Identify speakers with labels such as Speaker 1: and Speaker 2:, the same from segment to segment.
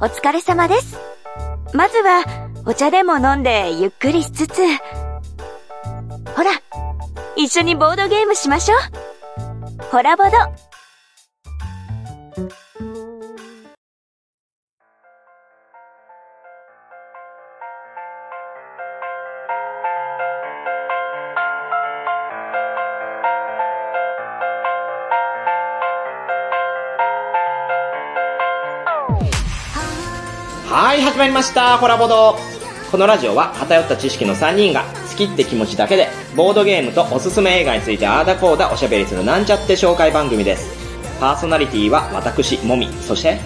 Speaker 1: お疲れ様です。まずは、お茶でも飲んでゆっくりしつつ、ほら、一緒にボードゲームしましょう。ほらボド。
Speaker 2: はい、始まりました。ホラボド。このラジオは偏った知識の3人が好きって気持ちだけで、ボードゲームとおすすめ映画についてあーだこーだおしゃべりするなんちゃって紹介番組です。パーソナリティは私、もみ、そして、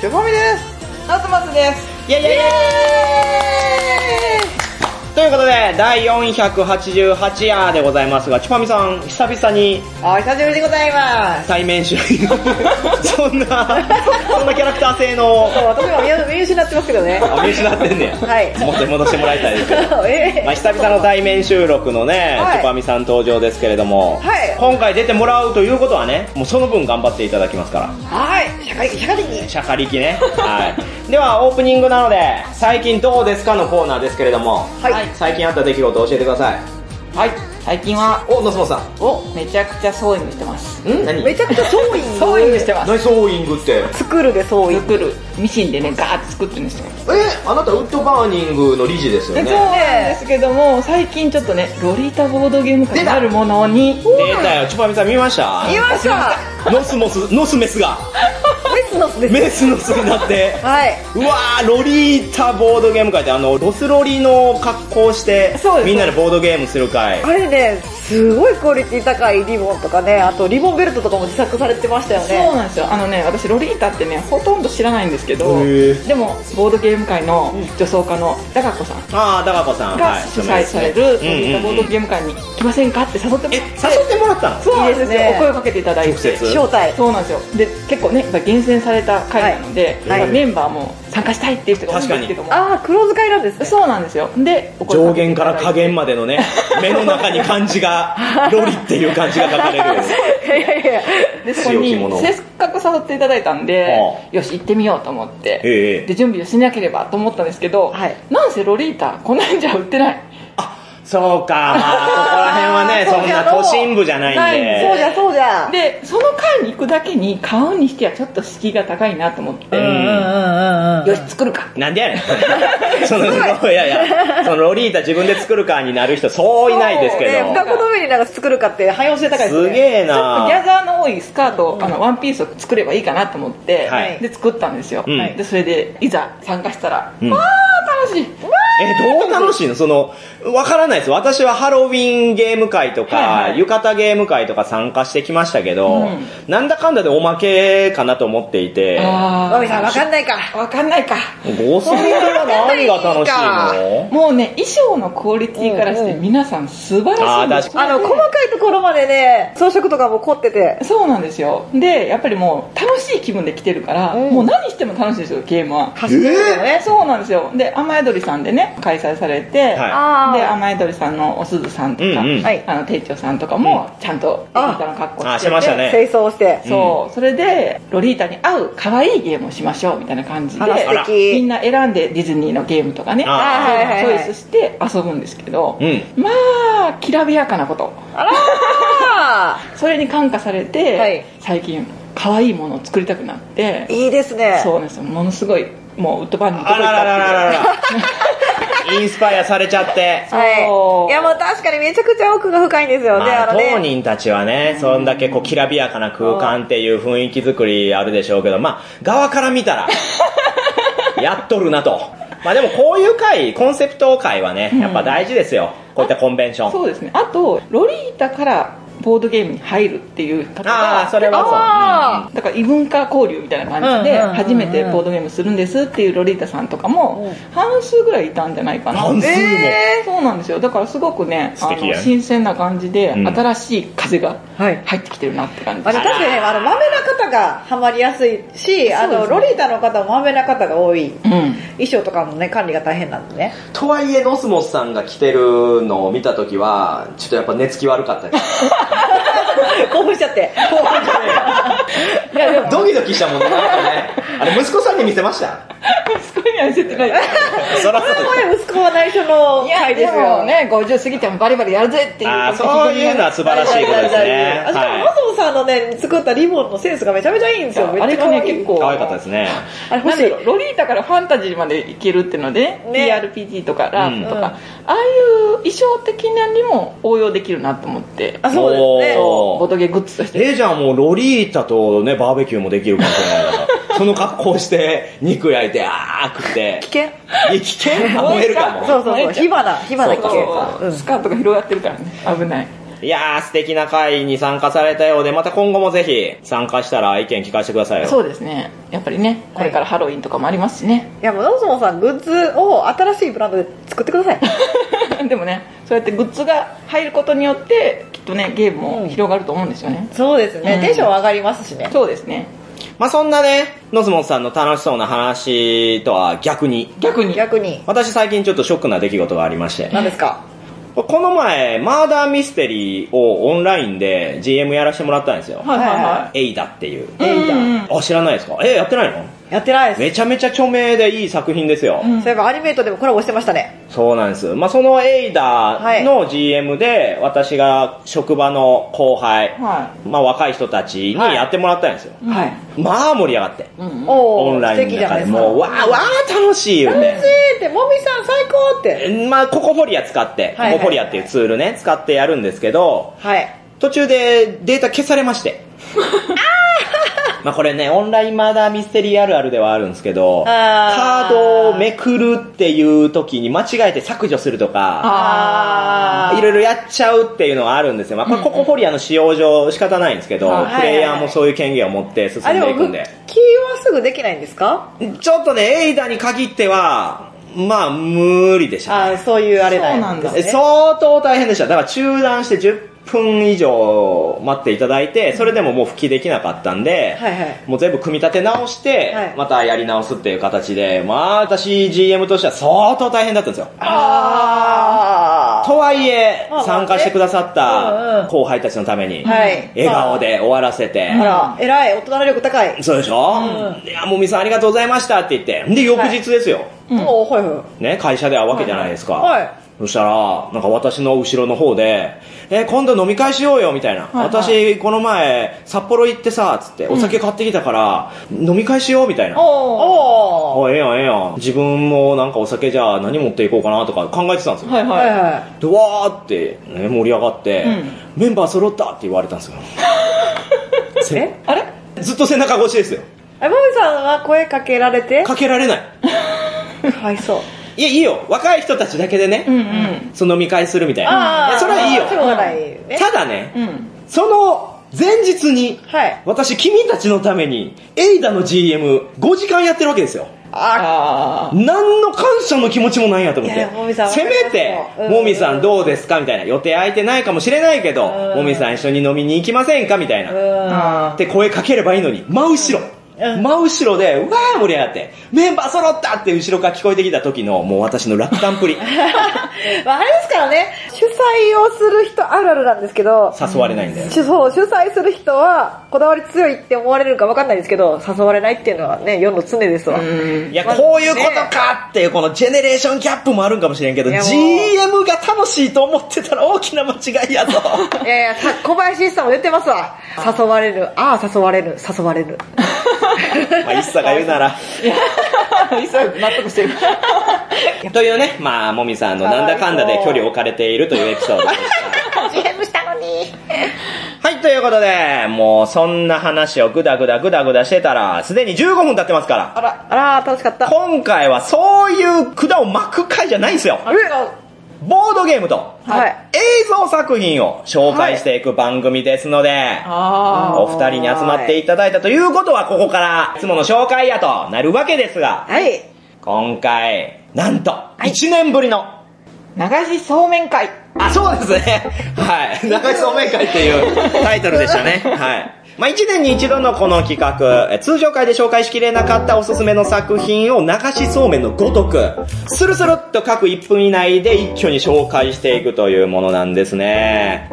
Speaker 3: チョコミですナツマツです
Speaker 2: イェイイェイイエーイということで、第488夜でございますが、チュパミさん、久々に
Speaker 3: お久しぶりでございます
Speaker 2: 対面集 そんな、そんなキャラクター性の、
Speaker 3: そう私も見見失ってますけどね
Speaker 2: あ、見失ってんねや。
Speaker 3: はい
Speaker 2: もっと戻してもらいたいですけど。
Speaker 3: え
Speaker 2: まあ、久々の対面収録のね、
Speaker 3: はい
Speaker 2: チュパミさん登場ですけれども、
Speaker 3: はい
Speaker 2: 今回出てもらうということはね、もうその分頑張っていただきますか
Speaker 3: はい社会的社会的
Speaker 2: ら。シャカリキ ね。はい。では、オープニングなので、最近どうですかのコーナーですけれども、
Speaker 3: はい
Speaker 2: 最近あった出来事を教えてください。
Speaker 4: はい、最近は、
Speaker 2: お、のすもさん。
Speaker 4: お、めちゃくちゃソーイングしてます。
Speaker 2: ん何
Speaker 3: めちゃくちゃソーイング
Speaker 4: ソーイングしてます。
Speaker 2: 何ソーイングって。
Speaker 3: 作るでソーイング
Speaker 4: 作る、ミシンでね、ガーッと作ってるんですよ。
Speaker 2: え、あなたウッドバーニングの理事ですよ
Speaker 4: で、そう
Speaker 2: ね。
Speaker 4: なんですけども、最近ちょっとね、ロリータボードゲーム界なるものに、
Speaker 2: 出たよ、チュパミさん見ました
Speaker 3: 言いました
Speaker 2: ノスモス、ノスメスが、
Speaker 3: メスノスです
Speaker 2: メスノスになって、
Speaker 3: はい。
Speaker 2: うわーロリータボードゲーム会ってあのロスロリの格好して
Speaker 4: そうです
Speaker 2: みんなでボードゲームする会
Speaker 3: あれね、すごいクオリティ高いリボンとかね、あとリボンベルトとかも自作されてましたよ
Speaker 4: そう
Speaker 3: ね。
Speaker 4: なんですよ。あのね、私、ロリータってね、ほとんど知らないんですけど
Speaker 2: へー、
Speaker 4: でも、ボードゲーム界の女装家のダカ子さん
Speaker 2: ああだがこさん
Speaker 4: が主催される、ロ
Speaker 2: んうん
Speaker 4: リータボードゲーム会に来ませんかって誘っても
Speaker 2: え誘
Speaker 4: らって、
Speaker 2: ってもらったの
Speaker 4: そうなん
Speaker 3: い
Speaker 4: で
Speaker 3: い
Speaker 4: す
Speaker 3: で
Speaker 4: よ
Speaker 3: すね。
Speaker 4: お声かけていただい
Speaker 2: 直
Speaker 4: て。
Speaker 2: 接
Speaker 3: 招待。
Speaker 4: そうなんですよで結構ねやっぱ厳選された回なので、
Speaker 2: はい
Speaker 4: やっぱメンバーも参加したいっていう人が多いんですけども
Speaker 3: あー、黒使いなんですね。
Speaker 4: そうなんですよでお声
Speaker 2: 上
Speaker 4: かけて
Speaker 2: 限
Speaker 4: い
Speaker 2: か
Speaker 4: ただい
Speaker 2: ら
Speaker 4: て
Speaker 2: 下限まで のね目の中に漢字がロリっていう漢字が書かれる
Speaker 3: いやいやいや。
Speaker 4: でそこ
Speaker 2: 強き者
Speaker 4: にせっかく誘っていただいたんで
Speaker 2: は
Speaker 4: よし行ってみようと思って、
Speaker 2: ええ
Speaker 4: で準備をしなければと思ったんですけど、
Speaker 3: はい
Speaker 4: なんせロリータこんなんじゃ売ってない
Speaker 2: そうかまあここら辺は ねそんな都心部じゃないん
Speaker 3: そうじ
Speaker 2: で
Speaker 3: ゃそうじゃ。
Speaker 4: でその回に行くだけに買うにしてはちょっと敷居が高いなと思って、
Speaker 3: うん
Speaker 4: よし作るか
Speaker 2: なんでやね んそのいやいやそのロリータ自分で作る会になる人そういないですけ
Speaker 3: ね、
Speaker 2: ど
Speaker 3: 深子の上になんか作るかって汎用性高いですす
Speaker 2: げえ
Speaker 3: ね。
Speaker 4: ちょっと
Speaker 2: な
Speaker 4: ギャザーの多いスカート、あのワンピースを作ればいいかなと思って、
Speaker 2: はい
Speaker 4: で作ったんですよ、
Speaker 2: うん
Speaker 4: でそれでいざ参加したら、
Speaker 2: うん
Speaker 4: まあ楽しい
Speaker 2: え、どう楽しいのその、わからないです。私はハロウィンゲーム会とか、
Speaker 4: はいはい
Speaker 2: 浴衣ゲーム会とか参加してきましたけど、
Speaker 4: うん
Speaker 2: なんだかんだでおまけかなと思っていて、
Speaker 3: まみさん、わ
Speaker 4: わ
Speaker 3: かんないか。
Speaker 4: わかんないか
Speaker 2: ご相談は何が楽しいの
Speaker 4: もうね衣装のクオリティからして
Speaker 3: うんうん
Speaker 4: 皆さん素
Speaker 2: あ
Speaker 4: 晴らしい
Speaker 2: ー
Speaker 4: んです
Speaker 2: 確
Speaker 3: あの、細かいところまでね、装飾とかも凝ってて。
Speaker 4: そうなんですよでやっぱりもう楽しい気分で来てるから、
Speaker 3: うん
Speaker 4: もう何しても楽しいですよゲームは
Speaker 3: 走ってるよね。
Speaker 4: そうなんですよで雨宿りさんでね開催されて、
Speaker 2: はい
Speaker 3: あー
Speaker 4: で雨宿りさんのおすずさんとか、
Speaker 2: うんうん
Speaker 3: はい
Speaker 4: あの店長さんとかもちゃんとロリータの格好
Speaker 2: あー
Speaker 4: し
Speaker 2: して
Speaker 4: て
Speaker 2: ましたね
Speaker 3: 清掃して。
Speaker 4: そう、それでロリータに合う可愛いゲームをしましょうみたいな感じで
Speaker 3: あら、
Speaker 2: あら
Speaker 3: 素
Speaker 4: み
Speaker 3: 敵。
Speaker 4: んな選んでディズニーのゲームとかね
Speaker 2: あ
Speaker 3: ーはいはいはい
Speaker 4: チョイスして遊ぶんですけど、
Speaker 2: うん。
Speaker 4: まあきらびやかなこと
Speaker 3: あら
Speaker 4: それに感化されて、
Speaker 3: はい
Speaker 4: 最近可愛いものを作りたくなって
Speaker 3: ーいいですね。
Speaker 4: そうなんですよものすごいもうウッドバンにどこ行
Speaker 2: あ
Speaker 4: った
Speaker 2: ら
Speaker 4: っ
Speaker 2: ら
Speaker 4: ていう
Speaker 2: らららら。 インスパイアされちゃって。
Speaker 3: は
Speaker 4: そう
Speaker 3: い。いや、もう確かにめちゃくちゃ奥が深いんですよね、
Speaker 2: ま
Speaker 3: あ、
Speaker 2: あ、
Speaker 3: の
Speaker 2: 当
Speaker 3: ね。
Speaker 2: 人たちはね、そんだけこう、きらびやかな空間っていう雰囲気作りあるでしょうけど、まあ、側から見 たら、やっとるなと。まあでもこういう会、コンセプト会はね、やっぱ大事ですよ。こういったコンベンション。
Speaker 4: そうですねあとロリータからボードゲームに入るっていう方
Speaker 2: ああ、
Speaker 4: が
Speaker 2: それは
Speaker 3: あ
Speaker 4: だから異文化交流みたいな感じ
Speaker 3: うん
Speaker 4: で
Speaker 3: うんうんうん
Speaker 4: 初めてボードゲームするんですっていうロリータさんとかも半数ぐらいいたんじゃないかな
Speaker 2: 半数も
Speaker 4: えーそうなんですよだからすごくね
Speaker 2: 素
Speaker 4: あ
Speaker 2: 敵や
Speaker 4: の
Speaker 2: ね
Speaker 4: 新鮮な感じで
Speaker 2: うん
Speaker 4: 新しい風が
Speaker 3: ーはい。
Speaker 4: 入ってきてるなって感じ
Speaker 3: あれ確かにね、あの、まめな方がハマりやすいし、あの、
Speaker 4: そうです
Speaker 3: ロ
Speaker 4: ね
Speaker 3: リータの方もまめな方が多い。
Speaker 4: うん
Speaker 3: 衣装とかもね、管理が大変なんでね。
Speaker 2: うん。とはいえ、ノスモスさんが着てるのを見たときは、ちょっとやっぱ寝つき悪かったです
Speaker 3: 興奮しちゃって。
Speaker 2: ドキドキしたもんね、なんかね。あれ、息子さんに見せました
Speaker 4: 息子には見せてない。
Speaker 2: そらそうです
Speaker 3: これ息子は内緒の
Speaker 4: いや、
Speaker 3: 回で
Speaker 4: です
Speaker 3: よ
Speaker 4: も。ね、50過ぎてもバリバリやるぜっていう。
Speaker 2: あーそういうのは素晴らしいことですね。
Speaker 3: あしかも、マ
Speaker 2: は
Speaker 3: ソンさんのね、作ったリボンのセンスがめちゃめちゃいいんですよ。め
Speaker 4: あ
Speaker 3: っち
Speaker 4: れ
Speaker 3: ゃ可
Speaker 4: が
Speaker 3: 愛い
Speaker 4: ね、結
Speaker 2: い。
Speaker 4: 構。
Speaker 2: 可愛かったですね。
Speaker 3: あれ欲
Speaker 4: な
Speaker 3: し
Speaker 4: ん
Speaker 3: い
Speaker 4: で。ロリータからファンタジーまでいけるっていうので、
Speaker 3: ね
Speaker 4: PRPG とかラープと
Speaker 3: うん
Speaker 4: か、ああいう衣装的なにも応用できるなと思って
Speaker 3: あ、そうですね
Speaker 2: おー
Speaker 4: ボトゲグッズとして
Speaker 2: えー、じゃあもうロリータとね、バーベキューもできるかもしれない から。その格好して、肉焼いて、あー食って。
Speaker 3: 危険
Speaker 2: いや危険燃えるかも。
Speaker 3: そうそう
Speaker 4: 燃
Speaker 3: そ
Speaker 4: え
Speaker 3: う。
Speaker 4: ちゃう
Speaker 3: 火花、火花危険
Speaker 4: そう
Speaker 3: うん
Speaker 4: スカートが広がってるからね危ない
Speaker 2: いやー、素敵な会に参加されたようで、また今後もぜひ参加したら意見聞かせてくださいよ。
Speaker 4: そうですねやっぱりねこれからハロウィンとかもありますしね、
Speaker 3: いや、もうマソンさん、グッズを新しいブランドで作ってください。
Speaker 4: でもねそうやってグッズが入ることによってきっとねゲームも広がると思うんですよね、
Speaker 3: そうですね。
Speaker 4: うん
Speaker 3: テンション上がりますしね。
Speaker 4: そうですね
Speaker 2: まあそんなね、ノスモンさんの楽しそうな話とは逆に、
Speaker 4: 逆に
Speaker 3: 逆に。
Speaker 2: 私最近ちょっとショックな出来事がありまして、
Speaker 3: 何ですか
Speaker 2: この前、マーダーミステリーをオンラインで GM やらせてもらったんですよ。
Speaker 4: はいはいはい、
Speaker 3: は
Speaker 2: エイダっていう。
Speaker 3: エイダ
Speaker 4: うんうん
Speaker 2: あ、知らないですかえ、やってないの
Speaker 3: やってないです。
Speaker 2: めちゃめちゃ著名でいい作品ですよ。
Speaker 4: ん
Speaker 3: そういえばアニメートでもコラボしてましたね。
Speaker 2: そうなんです。まあ、そのエイダーの GM で、私が職場の後輩、
Speaker 4: は
Speaker 2: まあ、若い人たちにやってもらったんですよ。
Speaker 4: いはい、
Speaker 2: まあ、盛り上がって。
Speaker 4: うん
Speaker 3: お
Speaker 2: オンラインの中でもう、
Speaker 3: わ
Speaker 2: わー、わー、楽しい言う
Speaker 3: ー
Speaker 2: て。
Speaker 3: って、もみさん最高って。
Speaker 2: まあ、ココフォリア使って、
Speaker 3: はいはい
Speaker 2: ココフォリアっていうツールね、使ってやるんですけど、
Speaker 3: はい。
Speaker 2: 途中でデータ消されまして。まあこれね、オンラインマーダーミステリーあるあるではあるんですけど、
Speaker 3: あー
Speaker 2: カードをめくるっていう時に間違えて削除するとか、
Speaker 3: あー
Speaker 2: いろいろやっちゃうっていうのがあるんですよ。まあこれココフォリアの使用上仕方ないんですけど、
Speaker 4: はい
Speaker 2: プレイヤーもそういう権限を持って進
Speaker 3: あ、
Speaker 2: ん
Speaker 3: で
Speaker 2: で
Speaker 3: も、
Speaker 2: いくん
Speaker 3: 復帰
Speaker 2: で。
Speaker 3: はすぐできないんですか
Speaker 2: ちょっとね、エイダに限っては、まあ無理でしたね。
Speaker 3: あーそういうあれだよ
Speaker 4: そうなんだ
Speaker 2: え相当大変でした。だから中断して10分以上待っていただいて、それでももう復帰できなかったんで、
Speaker 3: はいはい
Speaker 2: もう全部組み立て直して、
Speaker 3: はい
Speaker 2: またやり直すっていう形で、まあ私 GM としては相当大変だったんですよ。
Speaker 3: あ
Speaker 2: とはいえ
Speaker 3: ああ、
Speaker 2: 参加してくださっ
Speaker 3: うんう
Speaker 2: た
Speaker 3: ん
Speaker 2: 後輩たちのために、
Speaker 3: はい
Speaker 2: 笑顔で終わらせて、
Speaker 3: あら、偉い、大人の力高い。
Speaker 2: そうでしょ、いや、もみさんありがとうございましたって言って、で、翌日ですよ。
Speaker 4: うん
Speaker 3: おーはいは
Speaker 2: ね、会社で会うわけじゃないですか。
Speaker 3: はいはい
Speaker 2: そしたら、なんか私の後ろの方で、え、今度飲み会しようよ、みたいな。
Speaker 4: いはい
Speaker 2: 私、この前、札幌行ってさ、つって、お酒買ってきたから、飲み会しよう、みたいな。
Speaker 3: い。
Speaker 2: あ
Speaker 3: おお
Speaker 2: ええやん、ええやん。自分もなんかお酒じゃあ何持っていこうかなとか考えてたんですよ。
Speaker 4: はい
Speaker 3: はい
Speaker 4: はい
Speaker 3: は
Speaker 2: で、わーって、ね、盛り上がって、メンバー揃ったって言われたんです よ。せ
Speaker 4: あれ
Speaker 2: ずっと背中越しですよ。
Speaker 3: い。え、もみさんは声かけられて
Speaker 2: かけられない。
Speaker 3: かわいそう。
Speaker 2: いや、いいよ。若い人たちだけでね、
Speaker 4: うんうん
Speaker 2: その飲み会するみたいな。いやそれはいいよ。
Speaker 3: しょうがないね。
Speaker 2: ただね、
Speaker 4: うん
Speaker 2: その前日に、
Speaker 3: はい。
Speaker 2: 私君たちのために、エイダの GM5 時間やってるわけですよ。
Speaker 3: あ
Speaker 4: ああ
Speaker 2: 何の感謝の気持ちもないやと思っ
Speaker 3: い
Speaker 2: て
Speaker 3: やもみさん。
Speaker 2: せめて
Speaker 3: わかりますよう、ん
Speaker 2: もみさんどうですかみたいな。予定空いてないかもしれないけど、
Speaker 3: うん
Speaker 2: もみさん一緒に飲みに行きませんかみたいな。
Speaker 3: ー。
Speaker 4: あ
Speaker 2: って声かければいいのに、真後ろ。
Speaker 3: うん
Speaker 2: 真後ろで、うわー盛り上がって、メンバー揃ったって後ろから聞こえてきた時の、もう私の落胆っぷ り。
Speaker 3: うん。 まあ、あれですからね、主催をする人あるあるなんですけど、
Speaker 2: 誘われないんだよ。
Speaker 3: 主そう主催する人はこだわり強いって思われるか分かんないですけど誘われないっていうのはね世の常ですわ、
Speaker 4: あうん
Speaker 2: いや、
Speaker 3: まあ
Speaker 2: こういうことかっていう、このジェネレーションギャップもあるんかもしれんけど、
Speaker 3: いやもう
Speaker 2: GM が楽しいと思ってたら大きな間違いや ぞ。
Speaker 3: いやいやさ小林一さんも言ってますわ誘われるああ誘われる誘われる
Speaker 2: まあ、一茶が言うなら。
Speaker 4: 一切納得してる
Speaker 2: というね、まあ、もみさんのなんだかんだで距離を置かれているというエピソードでした。
Speaker 3: GM したのに
Speaker 2: はい、ということで、もうそんな話をぐだぐだぐだぐだしてたら、すでに15分経ってますから、
Speaker 3: あら あら楽しかった
Speaker 2: 今回はそういう管を巻く回じゃないんですよ。
Speaker 3: え
Speaker 2: ボードゲームと
Speaker 3: はい
Speaker 2: 映像作品を紹介していく番組ですので、
Speaker 4: あ
Speaker 2: お二人に集まっていただいたということは、ここから、いつもの紹介やとなるわけですが、
Speaker 3: はい
Speaker 2: 今回、なんと、1年ぶりの、
Speaker 4: あ流しそうめん会
Speaker 2: あ、そうですね。はい。流しそうめん会っていうタイトルでしたね。はい。まあ、一年に一度のこの企画、え通常回で紹介しきれなかったおすすめの作品を流しそうめんのごとく、スルスルっと各1分以内で一挙に紹介していくというものなんですね。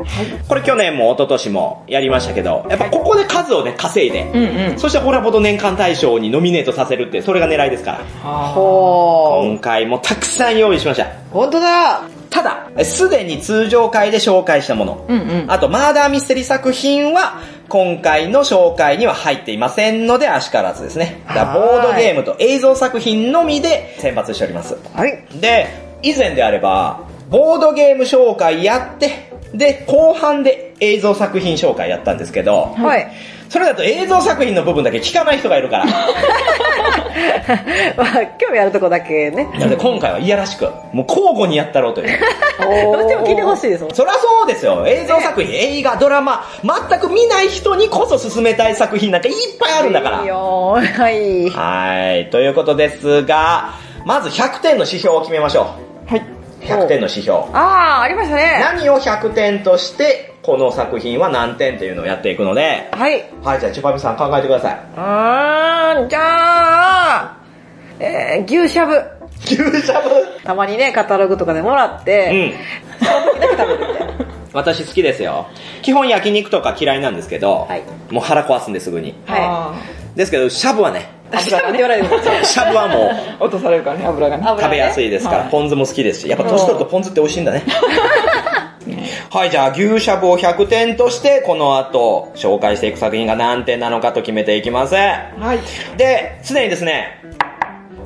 Speaker 2: これ去年も一昨年もやりましたけど、やっぱここで数をね、稼いで、
Speaker 4: うんうん
Speaker 2: そしてコラボと年間大賞にノミネートさせるって、それが狙いですから。
Speaker 4: は
Speaker 3: ほー。
Speaker 2: 今回もたくさん用意しました。
Speaker 3: ほんとだ
Speaker 2: ただ、すでに通常回で紹介したもの、
Speaker 4: うんうん
Speaker 2: あとマーダーミステリー作品は、今回の紹介には入っていませんので、あしからずですね。だからボ
Speaker 3: はーい
Speaker 2: ードゲームと映像作品のみで選抜しております。
Speaker 3: はい。
Speaker 2: で、以前であれば、ボードゲーム紹介やって、で、後半で映像作品紹介やったんですけど、
Speaker 3: はい。
Speaker 2: それだと映像作品の部分だけ聞かない人がい るから、
Speaker 3: まあ、興味あるとこだけね。
Speaker 2: なので今回はいやらしく、もう交互にやったろうという。
Speaker 3: どうしても聞いてほし いですもん。
Speaker 2: そりゃそうですよ。映像作品、映画、ドラマ、全く見ない人にこそ勧めたい作品なんていっぱいあるんだから。
Speaker 3: いいよーはい。
Speaker 2: はい。ということですが、まず100点の指標を決めましょ
Speaker 4: い。
Speaker 2: う。100点の指標。
Speaker 3: あー、ありましたね。
Speaker 2: 何を100点として、この作品は何点というのをやっていくので、
Speaker 3: はい。
Speaker 2: はい、じゃあ、チュパミさん考えてください。
Speaker 3: あー、じゃあ、えー、牛しゃぶ。
Speaker 2: 牛しゃぶ
Speaker 3: たまにね、カタログとかでもらっ
Speaker 2: う
Speaker 3: て、
Speaker 2: ん。 私好きですよ。基本焼肉とか嫌いなんですけど、
Speaker 3: はい
Speaker 2: もう腹壊すんですぐに。
Speaker 3: は
Speaker 2: ですけど、しゃぶはね、
Speaker 3: い。しゃぶって言われるんですよ
Speaker 2: しゃぶはもう、
Speaker 4: 落とされるからね、油がね。
Speaker 3: 油
Speaker 2: 食べ
Speaker 3: ね
Speaker 2: やすいですから、
Speaker 4: はい
Speaker 2: ポン酢も好きですし、やっぱ年取るとポン酢って美味しいんだ ね。はい、じゃあ牛しゃぶを100点として、この後紹介していく作品が何点なのかと決めていきます。
Speaker 4: はい。
Speaker 2: で、常にですね、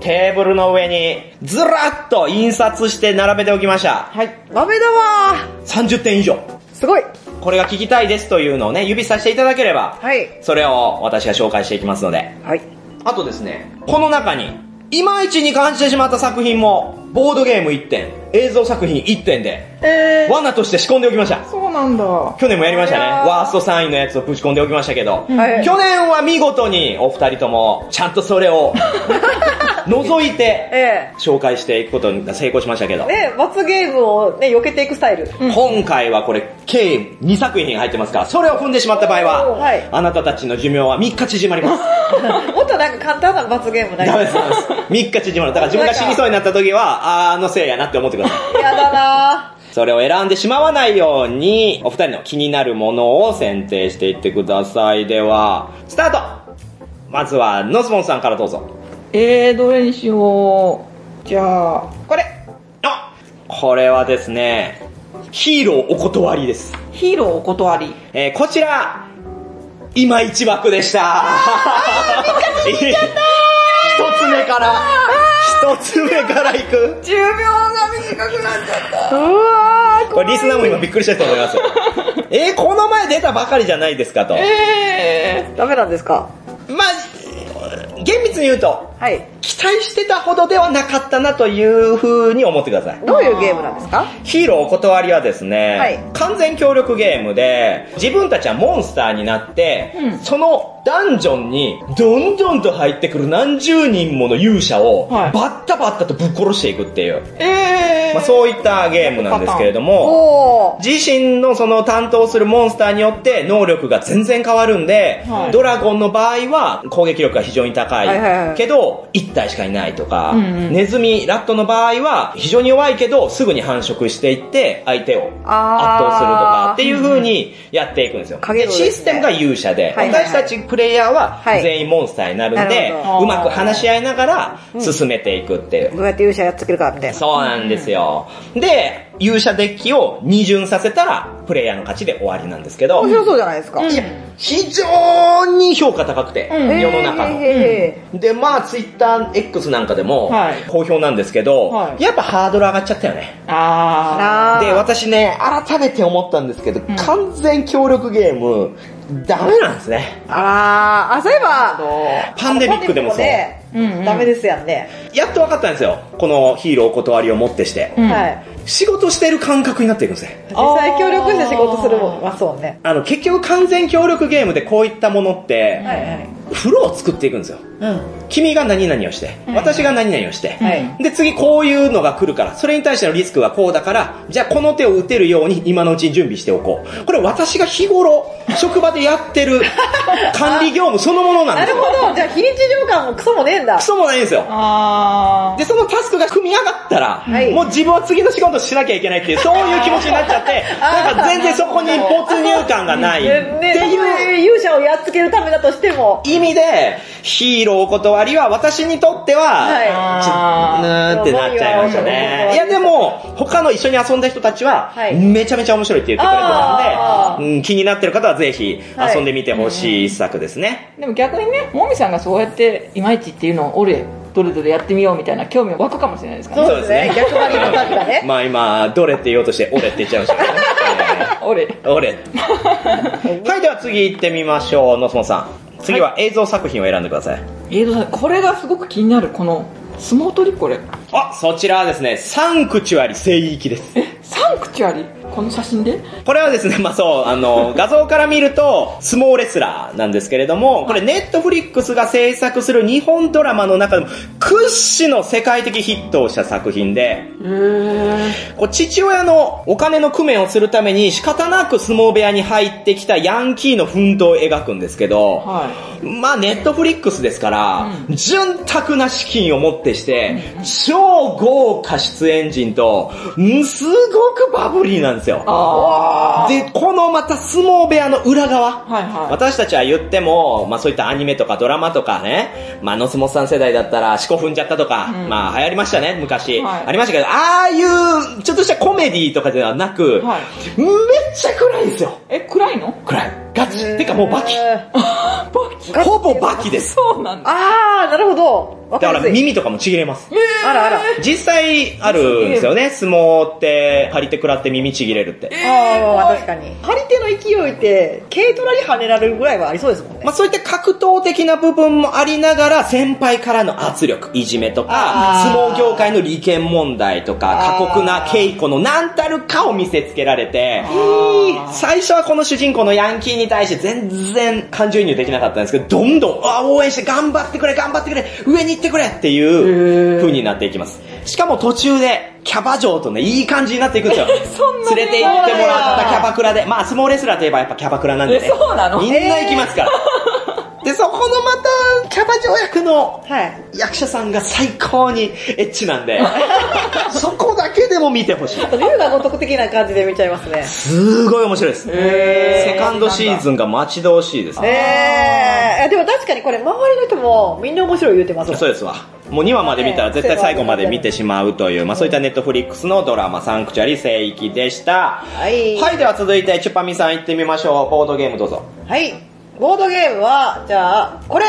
Speaker 2: テーブルの上にずらっと印刷して並べておきました。
Speaker 4: はい。
Speaker 3: 豆だわー。
Speaker 2: 30点以上。
Speaker 3: すごい。
Speaker 2: これが聞きたいですというのをね、指さしていただければ、
Speaker 3: はい。
Speaker 2: それを私が紹介していきますので。
Speaker 3: はい。
Speaker 2: あとですね、この中に、いまいちに感じてしまった作品も、ボードゲーム1点、映像作品1点で、
Speaker 4: えー、
Speaker 2: 罠として仕込んでおきました。
Speaker 4: そうなんだ。は
Speaker 2: 去年もやりましたね。
Speaker 3: いやー
Speaker 2: ワースト3位のやつをぶち込んでおきましたけど、
Speaker 3: はい
Speaker 2: 去年は見事にお二人とも、ちゃんとそれ を、覗いて、
Speaker 3: え
Speaker 2: 紹介していくことに成功しましたけど
Speaker 3: え、ね、罰ゲームをね、避けていくスタ イル。
Speaker 2: 今回はこれ、計2作品入ってますから、それを踏んでしまった場合は、
Speaker 3: はい
Speaker 2: あなたたちの寿命は3日縮まります。
Speaker 3: もっとなんか簡単な罰ゲームない
Speaker 2: ダメ
Speaker 3: や
Speaker 2: です、ダメです。3日縮まる。だから自分が死にそうになった時は、あーあのせいやなって思ってください。
Speaker 3: だな
Speaker 2: それを選んでしまわないように、お二人の気になるものを選定していってください。では、スタートまずは、ノスモンさんからどうぞ。
Speaker 4: えー、どれにしよう。じゃあ、これ
Speaker 2: あこれはですね、ヒーローお断りです。
Speaker 4: ヒーローお断り。
Speaker 2: えーこちら、今一枠でした。一 つ目から、一つ目からいく。
Speaker 4: 10秒が短くなっちゃった。
Speaker 3: ーうわー
Speaker 2: これリスナーも今びっくりしてると思い ます。えーこの前出たばかりじゃないですかと。
Speaker 4: え
Speaker 3: ダメなんですか
Speaker 2: まあ、厳密に言うと、
Speaker 3: はい。
Speaker 2: 期待してたほどではなかったなという風に思ってください。
Speaker 3: どういうゲームなんですか
Speaker 2: ヒーローお断りはですね、
Speaker 3: はい
Speaker 2: 完全協力ゲームで、自分たちはモンスターになって、
Speaker 4: うん
Speaker 2: そのダンジョンにどんどんと入ってくる何十人もの勇者を、
Speaker 4: はい
Speaker 2: バッタバッタとぶっ殺していくっていう、
Speaker 4: ー、えー、
Speaker 2: まあ、そういったゲームなんですけれども、
Speaker 3: おー。
Speaker 2: 自身のその担当するモンスターによって能力が全然変わるんで、
Speaker 4: はい
Speaker 2: ドラゴンの場合は攻撃力が非常に高い,、
Speaker 3: はいはいはい
Speaker 2: けど1体しかいないとか、
Speaker 4: うんうん
Speaker 2: ネズミ、ラットの場合は非常に弱いけどすぐに繁殖していって相手を圧
Speaker 3: あー
Speaker 2: 倒するとかっていう風にやっていくんですよ。
Speaker 3: 影のですね
Speaker 2: システムが勇者で、
Speaker 3: はいはいはい
Speaker 2: 私たちプレイヤーは
Speaker 3: はい
Speaker 2: 全員モンスターになるん
Speaker 3: な
Speaker 2: で、
Speaker 3: る
Speaker 4: ほど
Speaker 2: うまく話し合いながら進めていくっていう。
Speaker 3: どうやって勇者やっつけるかみたいな。
Speaker 2: そうなんですよ。で、勇者デッキを二巡させたら、プレイヤーの勝ちで終わりなんですけど
Speaker 3: 面、白そうじゃないですか。
Speaker 2: いや、非常に評価高くて、
Speaker 4: うん
Speaker 2: 世の中の。
Speaker 3: へ
Speaker 2: で、まあ、ツイッター X なんかでも
Speaker 4: はい、
Speaker 2: 好評なんですけど、
Speaker 4: はい
Speaker 2: やっぱハードル上がっちゃったよね。
Speaker 3: ー
Speaker 4: あ
Speaker 3: なー
Speaker 2: で、私ね、改めて思ったんですけど、完全協力ゲーム、ダメなんですね。
Speaker 3: あー、あ、そういえ
Speaker 4: ー。どう
Speaker 3: ば、
Speaker 2: パンデミックでもそう。
Speaker 3: ね
Speaker 4: うんうん
Speaker 3: ダメですやんね。
Speaker 2: やっと分かったんですよ。このヒーローお断りをもってして。
Speaker 4: うん
Speaker 3: はい。
Speaker 2: 仕事してる感覚になっていくんですね。
Speaker 3: 実際協力して仕事するもんはそうね。
Speaker 2: あの、結局完全協力ゲームでこういったものって、
Speaker 3: はいはい。
Speaker 2: フローを作っていくんですよ。
Speaker 3: うん。
Speaker 2: 君が何々をして、
Speaker 4: うん
Speaker 2: 私が何々をして、
Speaker 3: はい。
Speaker 2: で、次こういうのが来るから、それに対してのリスクはこうだから、じゃあこの手を打てるように今のうちに準備しておこう。これ私が日頃、職場でやって る管理業務そのものなん
Speaker 3: な
Speaker 2: です
Speaker 3: る
Speaker 2: よ。
Speaker 3: ほど。じゃあ、非日常感もクソもねえんだ
Speaker 2: ク。ソもないんですよ。
Speaker 4: あ
Speaker 2: で、そのタスクが組み上がったら、
Speaker 3: はい
Speaker 2: もう自分は次の仕事しなきゃいけないっていう、そういう気持ちになっちゃって、なんか全然そこに没入感がない。って
Speaker 3: ねね
Speaker 2: いう
Speaker 3: 勇者をやっつけるためだとしても。
Speaker 2: 意味で、ヒーローお断りは私にとっては、
Speaker 3: はい
Speaker 2: ちょ
Speaker 4: あ
Speaker 2: ぬ
Speaker 4: ー
Speaker 2: ーんってなっちゃいましたね。いやでも、他の一緒に遊んだ人たちは、
Speaker 3: はい
Speaker 2: めちゃめちゃ面白いって言ってくれてた
Speaker 3: あ
Speaker 2: んで、うん気になってる方はぜひ
Speaker 3: はい
Speaker 2: 遊んでみてほしい一作ですね。
Speaker 4: でも逆にねもみさんがそうやっていまいちっていうのを俺どれどれやってみようみたいな興味湧くかもしれないですからね
Speaker 3: そうですね。
Speaker 2: そうですね
Speaker 3: 逆張りの旅だね。
Speaker 2: まあ今、どれって言おうとして、俺って言っちゃいま したけどね。
Speaker 4: 俺
Speaker 2: えー俺。はい、では次行ってみましょう、野本さん。次は映像作品を選んでください。
Speaker 4: 映像さんこれがすごく気になるこの相撲取りこれ
Speaker 2: あ、そちらはですね、サンクチュアリ聖域です。
Speaker 4: サンクチュアリこの写真で
Speaker 2: これはですね、 まあそう、あの、画像から見ると、相撲レスラーなんですけれども、これネットフリックスが制作する日本ドラマの中でも、屈指の世界的ヒットをした作品で、こう父親のお金の工面をするために仕方なく相撲部屋に入ってきたヤンキーの奮闘を描くんですけど、
Speaker 4: は
Speaker 2: まあネットフリックスですから、
Speaker 4: う
Speaker 2: 潤沢な資金を持ってして、超豪華出演陣と、んすごくバブリーなんですよ。
Speaker 4: あ
Speaker 2: で、このまた相撲部屋の裏側。
Speaker 4: はいは
Speaker 2: 私たちは言っても、まあそういったアニメとかドラマとかね、まあ野相撲さん世代だったら、四股踏んじゃったとか、
Speaker 4: うん
Speaker 2: まあ流行りましたね、昔。
Speaker 4: はい
Speaker 2: ありましたけど、ああいう、ちょっとしたコメディとかではなく、
Speaker 4: はい
Speaker 2: めっちゃ暗いんですよ。
Speaker 4: え暗いの
Speaker 2: 暗い。ガチ。てかもうバキ。
Speaker 4: バキ
Speaker 2: ほぼバキです。
Speaker 4: そうなんだ
Speaker 3: あー、なるほど。わ
Speaker 2: だから
Speaker 3: かりやすい。
Speaker 2: 耳とかもちぎれます。
Speaker 3: あらあら。
Speaker 2: 実際あるんですよね、相撲って、張り手食らって耳ちぎれるって。
Speaker 3: あー、確かに。張り手の勢いって、軽トラに跳ねられるぐらいはありそうですもんね。
Speaker 2: まあ、そういった格闘的な部分もありながら、先輩からの圧力、いじめとか、
Speaker 3: あー
Speaker 2: 相撲業界の利権問題とか
Speaker 3: あ、ー
Speaker 2: 過酷な稽古の何たるかを見せつけられて、最初はこの主人公のヤンキーに対して全然感情移入できなかったんですけど、どんどん、あー応援して頑張ってくれ、頑張ってくれ、上に行ってくれっていう風になっていきます。しかも途中で、キャバ嬢とね、いい感じになっていくんです よ。
Speaker 4: そんなね
Speaker 2: 連れて行ってもらったキャバクラで、まあ、相撲レスラーといえばやっぱキャバクラなんでね。
Speaker 4: えそうなの
Speaker 2: みんな行きますから。で、そこのまた、キャバ嬢役の
Speaker 3: はい。
Speaker 2: 役者さんが最高にエッチなんで、そこだけでも見てほしい。
Speaker 3: ちょっと竜が如く的な感じで見ちゃいますね。
Speaker 2: すごい面白いです。
Speaker 4: へー
Speaker 2: セカンドシーズンが待ち遠しいですね。
Speaker 3: えー、でも確かにこれ周りの人もみんな面白い言うてますもん
Speaker 2: そうですわ。もう2話まで見たら絶対最後まで見てしまうという、まあそういったネットフリックスのドラマ、サンクチュアリ聖域でした。
Speaker 3: はい
Speaker 2: はい、では続いて、チュパミさん行ってみましょう。ボードゲームどうぞ。
Speaker 3: はい。ボードゲームは、じゃあ、これ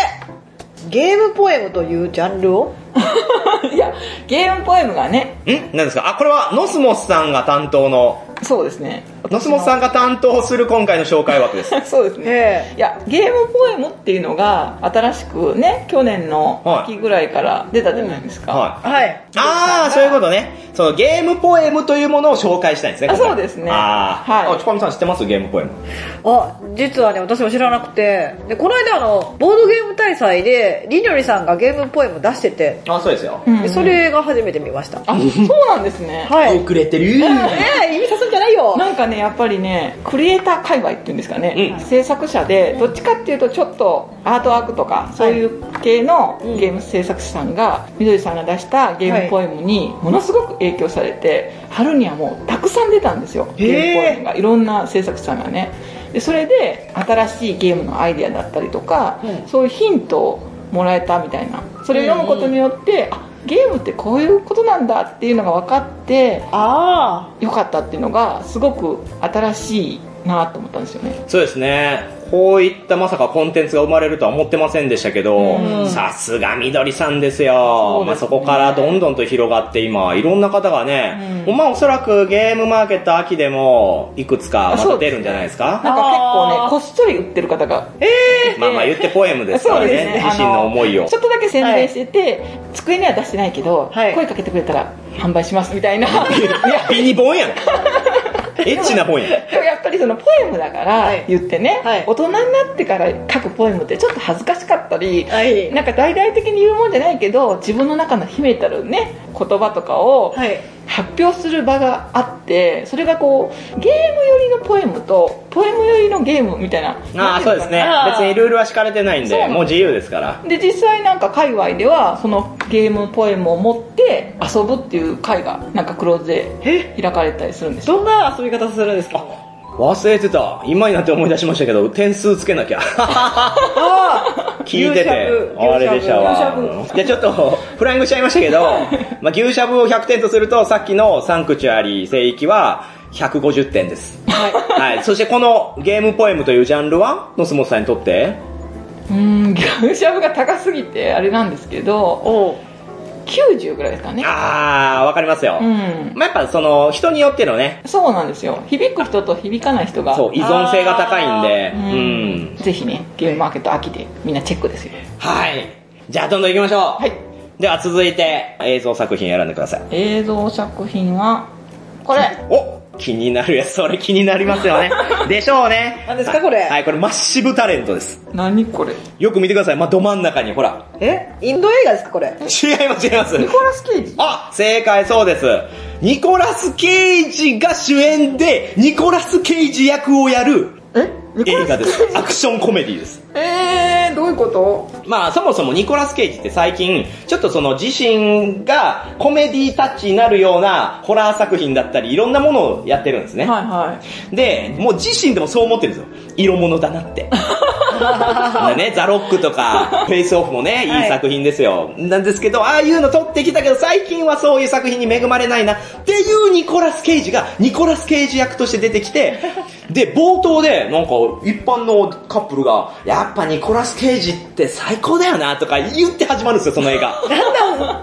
Speaker 3: ゲームポエムというジャンルを
Speaker 4: いやゲームポエムがね
Speaker 2: ん何ですかあ、これはノスモスさんが担当の、
Speaker 4: そうですね
Speaker 2: ノスモスさんが担当する今回の紹介枠です。
Speaker 4: そうですね、
Speaker 3: ええ
Speaker 4: いやゲームポエムっていうのが新しくね去年の秋ぐらいから出たじゃないですか、
Speaker 2: はい。
Speaker 3: はい。
Speaker 2: ああ、そういうことね。そのゲームポエムというものを紹介したいんですね。
Speaker 4: あ
Speaker 2: 今回
Speaker 4: そうですね
Speaker 2: ああ、
Speaker 4: はい
Speaker 2: あ、チュパミさん知ってますゲームポエム。
Speaker 3: あ、実はね、私も知らなくて、で、この間あの、ボードゲーム大祭で、りのりさんがゲームポエム出してて、
Speaker 2: あ、そうですよ。
Speaker 4: うん
Speaker 3: でそれが初めて見ました。
Speaker 4: あそうなんですね
Speaker 3: はい。
Speaker 2: 遅れてる。
Speaker 3: ええ、指さすんじゃないよ
Speaker 4: なんかねやっぱりねクリエイター界隈っていうんですかね、
Speaker 2: うん
Speaker 4: 制作者でどっちかっていうとちょっとアートワークとかそういう系の
Speaker 3: うん
Speaker 4: ゲーム制作者さんがみどりさんが出したゲームポエムにものすごく影響されて春にはもうたくさん出たんですよゲームポエムがいろんな制作者さんがねでそれで新しいゲームのアイデアだったりとか、
Speaker 3: うん
Speaker 4: そういうヒントをもらえたみたいなそれを読むことによって、あゲームってこういうことなんだっていうのが分かって
Speaker 3: あ
Speaker 4: 良かったっていうのがすごく新しいなと思ったんですよね
Speaker 2: そうですね。こういったまさかコンテンツが生まれるとは思ってませんでしたけど
Speaker 4: う、ん
Speaker 2: さすがみどりさんですよ。
Speaker 4: そうですね
Speaker 2: まあ、そこからどんどんと広がって今、いろんな方がね、
Speaker 4: うん
Speaker 2: まあおそらくゲームマーケット秋でもいくつかまた出るんじゃないです
Speaker 4: な
Speaker 2: か
Speaker 4: んか結構
Speaker 3: あ
Speaker 4: ね
Speaker 3: ー
Speaker 4: こっそり売ってる方が
Speaker 2: まあまあ言ってポエムですからね、
Speaker 4: あ
Speaker 2: 自身の思いを
Speaker 4: ち。ょっとだけ宣伝してて、机には出してないけど、
Speaker 3: はい
Speaker 4: 声かけてくれたら販売しますみたいないや
Speaker 2: ビニボンやん。エッチな本や。
Speaker 4: でもやっぱりそのポエムだか
Speaker 3: はい
Speaker 4: ら言ってね、
Speaker 3: はい
Speaker 4: 大人になってから書くポエムってちょっと恥ずかしかったり、
Speaker 3: はい
Speaker 4: なんか大々的に言うもんじゃないけど自分の中の秘めたるね言葉とかを
Speaker 3: はい
Speaker 4: 発表する場があってそれがこうゲーム寄りのポエムとポエム寄りのゲームみたいな
Speaker 2: あ
Speaker 4: な
Speaker 2: あ、
Speaker 4: んてい
Speaker 2: そう
Speaker 4: のかな
Speaker 2: ですね
Speaker 3: あ。ー
Speaker 2: 別にルールは敷かれてないん
Speaker 4: そう
Speaker 2: で、もう自由ですから。
Speaker 4: で実際なんか界隈ではそのゲームポエムを持って遊ぶっていう会がなんかクローズで開かれたりするんですよ
Speaker 3: どんな遊び方するんですか
Speaker 2: 忘れてた。今になって思い出しましたけど、点数つけ なきゃ。
Speaker 3: ああ
Speaker 2: 聞いてて、あれでしたわ。じゃあちょっと、フライングしちゃいましたけ ど、まあ、牛しゃぶを100点とすると、さっきのサンクチュアリー聖域は150点です。はい。そしてこのゲームポエムというジャンルは、のすもさんにとって、
Speaker 4: うーんギャグシャブが高すぎてあれなんですけど
Speaker 3: おう
Speaker 4: 90ぐらいですかね
Speaker 2: あー、わかりますよ。
Speaker 4: うん
Speaker 2: まあ、やっぱその、人によってのね、
Speaker 4: そうなんですよ響く人と響かない人が
Speaker 2: そう、依存性が高いんで、
Speaker 4: うん
Speaker 2: うん。
Speaker 4: ぜひねゲームマーケット秋でみんなチェックですよ
Speaker 2: はい。じゃあどんどん行きましょう。
Speaker 4: はい
Speaker 2: では続いて、映像作品選んでください。
Speaker 4: 映像作品はこれ
Speaker 2: お気になる やつ、それ気になりますよ ね。でしょうね。
Speaker 3: 何ですかこれ
Speaker 2: はい、これマッシブタレントです。
Speaker 4: 何これ
Speaker 2: よく見てください。まあ、ど真ん中に、ほら。
Speaker 3: えインド映画ですかこれ
Speaker 2: 違います、違います。
Speaker 4: ニコラス・ケイジ
Speaker 2: あ正解そうです。ニコラス・ケイジが主演で、ニコラス・ケイジ役をやる
Speaker 4: えニコ
Speaker 2: 映画
Speaker 4: ラス・
Speaker 2: で
Speaker 4: ケイ
Speaker 2: す。
Speaker 4: ジ
Speaker 2: アクションコメディです。
Speaker 4: えー、どういうこと
Speaker 2: まあ、そもそもニコラス・ケイジって最近、ちょっとその自身がコメディタッチになるようなホラー作品だったり、いろんなものをやってるんですね。
Speaker 4: はいはい
Speaker 2: で、もう自身でもそう思ってるんですよ。色物だな って。でね、ザ・ロックとか、フェイスオフもね、
Speaker 3: はい
Speaker 2: いい作品ですよ。なんですけど、ああいうの撮ってきたけど、最近はそういう作品に恵まれないな、っていうニコラス・ケイジが、ニコラス・ケイジ役として出てきて、で、冒頭で、なんか、一般のカップルが、やっぱニコラス・ケイジって最高だよな、とか言って始まるんですよ、その映 画。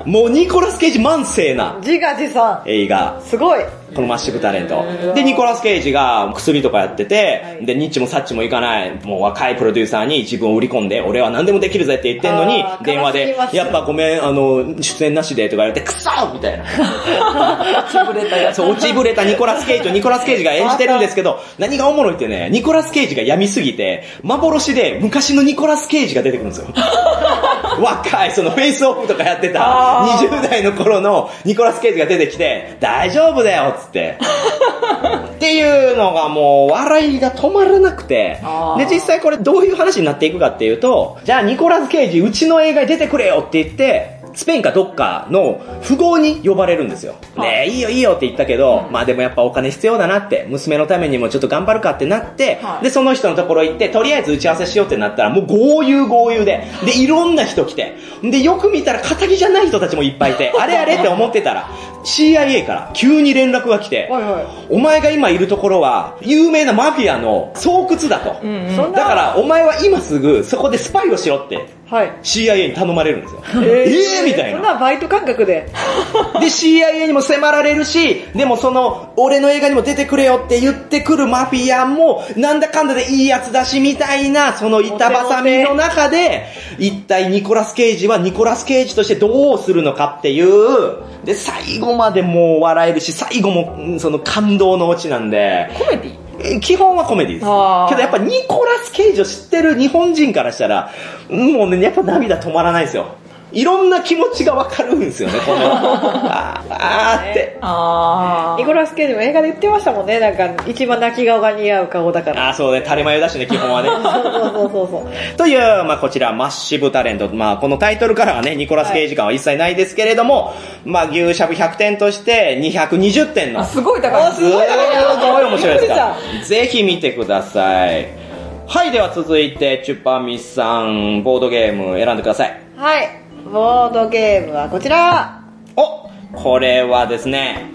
Speaker 2: もうニコラス・ケイジ万世な
Speaker 3: 自画自賛
Speaker 2: 映画。
Speaker 3: すごい
Speaker 2: このマッシブタレント
Speaker 4: へー。
Speaker 2: で、ニコラス・ケイジが薬とかやって
Speaker 3: は
Speaker 2: て、
Speaker 3: い
Speaker 2: で、ニッチもサッチもいかない、もう若いプロデューサーに自分を売り込んで、俺は何でもできるぜって言ってんのに
Speaker 3: あー、
Speaker 2: 電話
Speaker 3: 悲しみ
Speaker 2: で
Speaker 3: ま、す
Speaker 2: やっぱごめん、あの、出演なしでとか言われて、くそーみたい な。
Speaker 4: 潰れたやつ
Speaker 2: そう、落ちぶれたニコラス・ケイジとニコラス・ケイジが演じてるんですけど、何がおもろいってね、ニコラス・ケイジが病みすぎて、幻で昔のニコラス・ケイジが出てくるん ですよ。若い、そのフェイスオフとかやってた
Speaker 4: あー
Speaker 2: 20代の頃のニコラス・ケイジが出てきて、大丈夫だよっつって。っていうのがもう笑いが止まらなくて
Speaker 4: あ、ー
Speaker 2: で、実際これどういう話になっていくかっていうと、じゃあニコラス・ケイジうちの映画に出てくれよって言って、スペインかどっかの富豪に呼ばれるんですよ。
Speaker 4: は
Speaker 2: ねえ、いいよいいよって言ったけど、まあでもやっぱお金必要だなって、娘のためにもちょっと頑張るかってなって、
Speaker 4: はい
Speaker 2: で、その人のところ行って、とりあえず打ち合わせしようってなったら、もう豪遊豪遊で、で、いろんな人来て、で、よく見たら仇じゃない人たちもいっぱいいて、あれあれって思ってたら、CIA から急に連絡が来て、
Speaker 3: はいはい
Speaker 2: お前が今いるところは、有名なマフィアの巣窟だと。
Speaker 4: うんうん
Speaker 3: そんな
Speaker 2: だから、お前は今すぐそこでスパイをしろって
Speaker 3: はい。
Speaker 2: CIA に頼まれるんですよ。えー、みたい
Speaker 3: そん
Speaker 2: な。
Speaker 3: なバイト感覚で。
Speaker 2: で、CIA にも迫られるし、でもその、俺の映画にも出てくれよって言ってくるマフィアも、なんだかんだでいいやつだし、みたいな、その板挟みの中で、一体ニコラス・ケイジはニコラス・ケイジとしてどうするのかっていう、で、最後までもう笑えるし、最後も、うんその感動のオチなんで、
Speaker 4: コメディ
Speaker 2: え基本はコメディです
Speaker 4: あー。
Speaker 2: けどやっぱニコラス・ケイジを知ってる日本人からしたら、うんもうね、やっぱ涙止まらないですよ。いろんな気持ちがわかるんですよね、 この。あーあーって。
Speaker 4: あ
Speaker 3: ニコラス・ケイジも映画で言ってましたもんね。なんか、一番泣き顔が似合う顔だから。
Speaker 2: ああ、そうね、垂れ眉だしね、基本 はね。
Speaker 3: そうそうそうそう。
Speaker 2: という、まあ、こちら、マッシブタレント。まあ、このタイトルからはね、ニコラス・ケイジ感は一切ないですけれども、まあ、牛しゃぶ100点として220点の
Speaker 4: あ。すごい高い
Speaker 2: すごい面白いですか
Speaker 3: び
Speaker 2: ら。ぜひ見てください。はい、では続いて、チュッパミスさん、ボードゲーム選んでください。
Speaker 3: はい。ボードゲームはこちら。
Speaker 2: おこれはですね、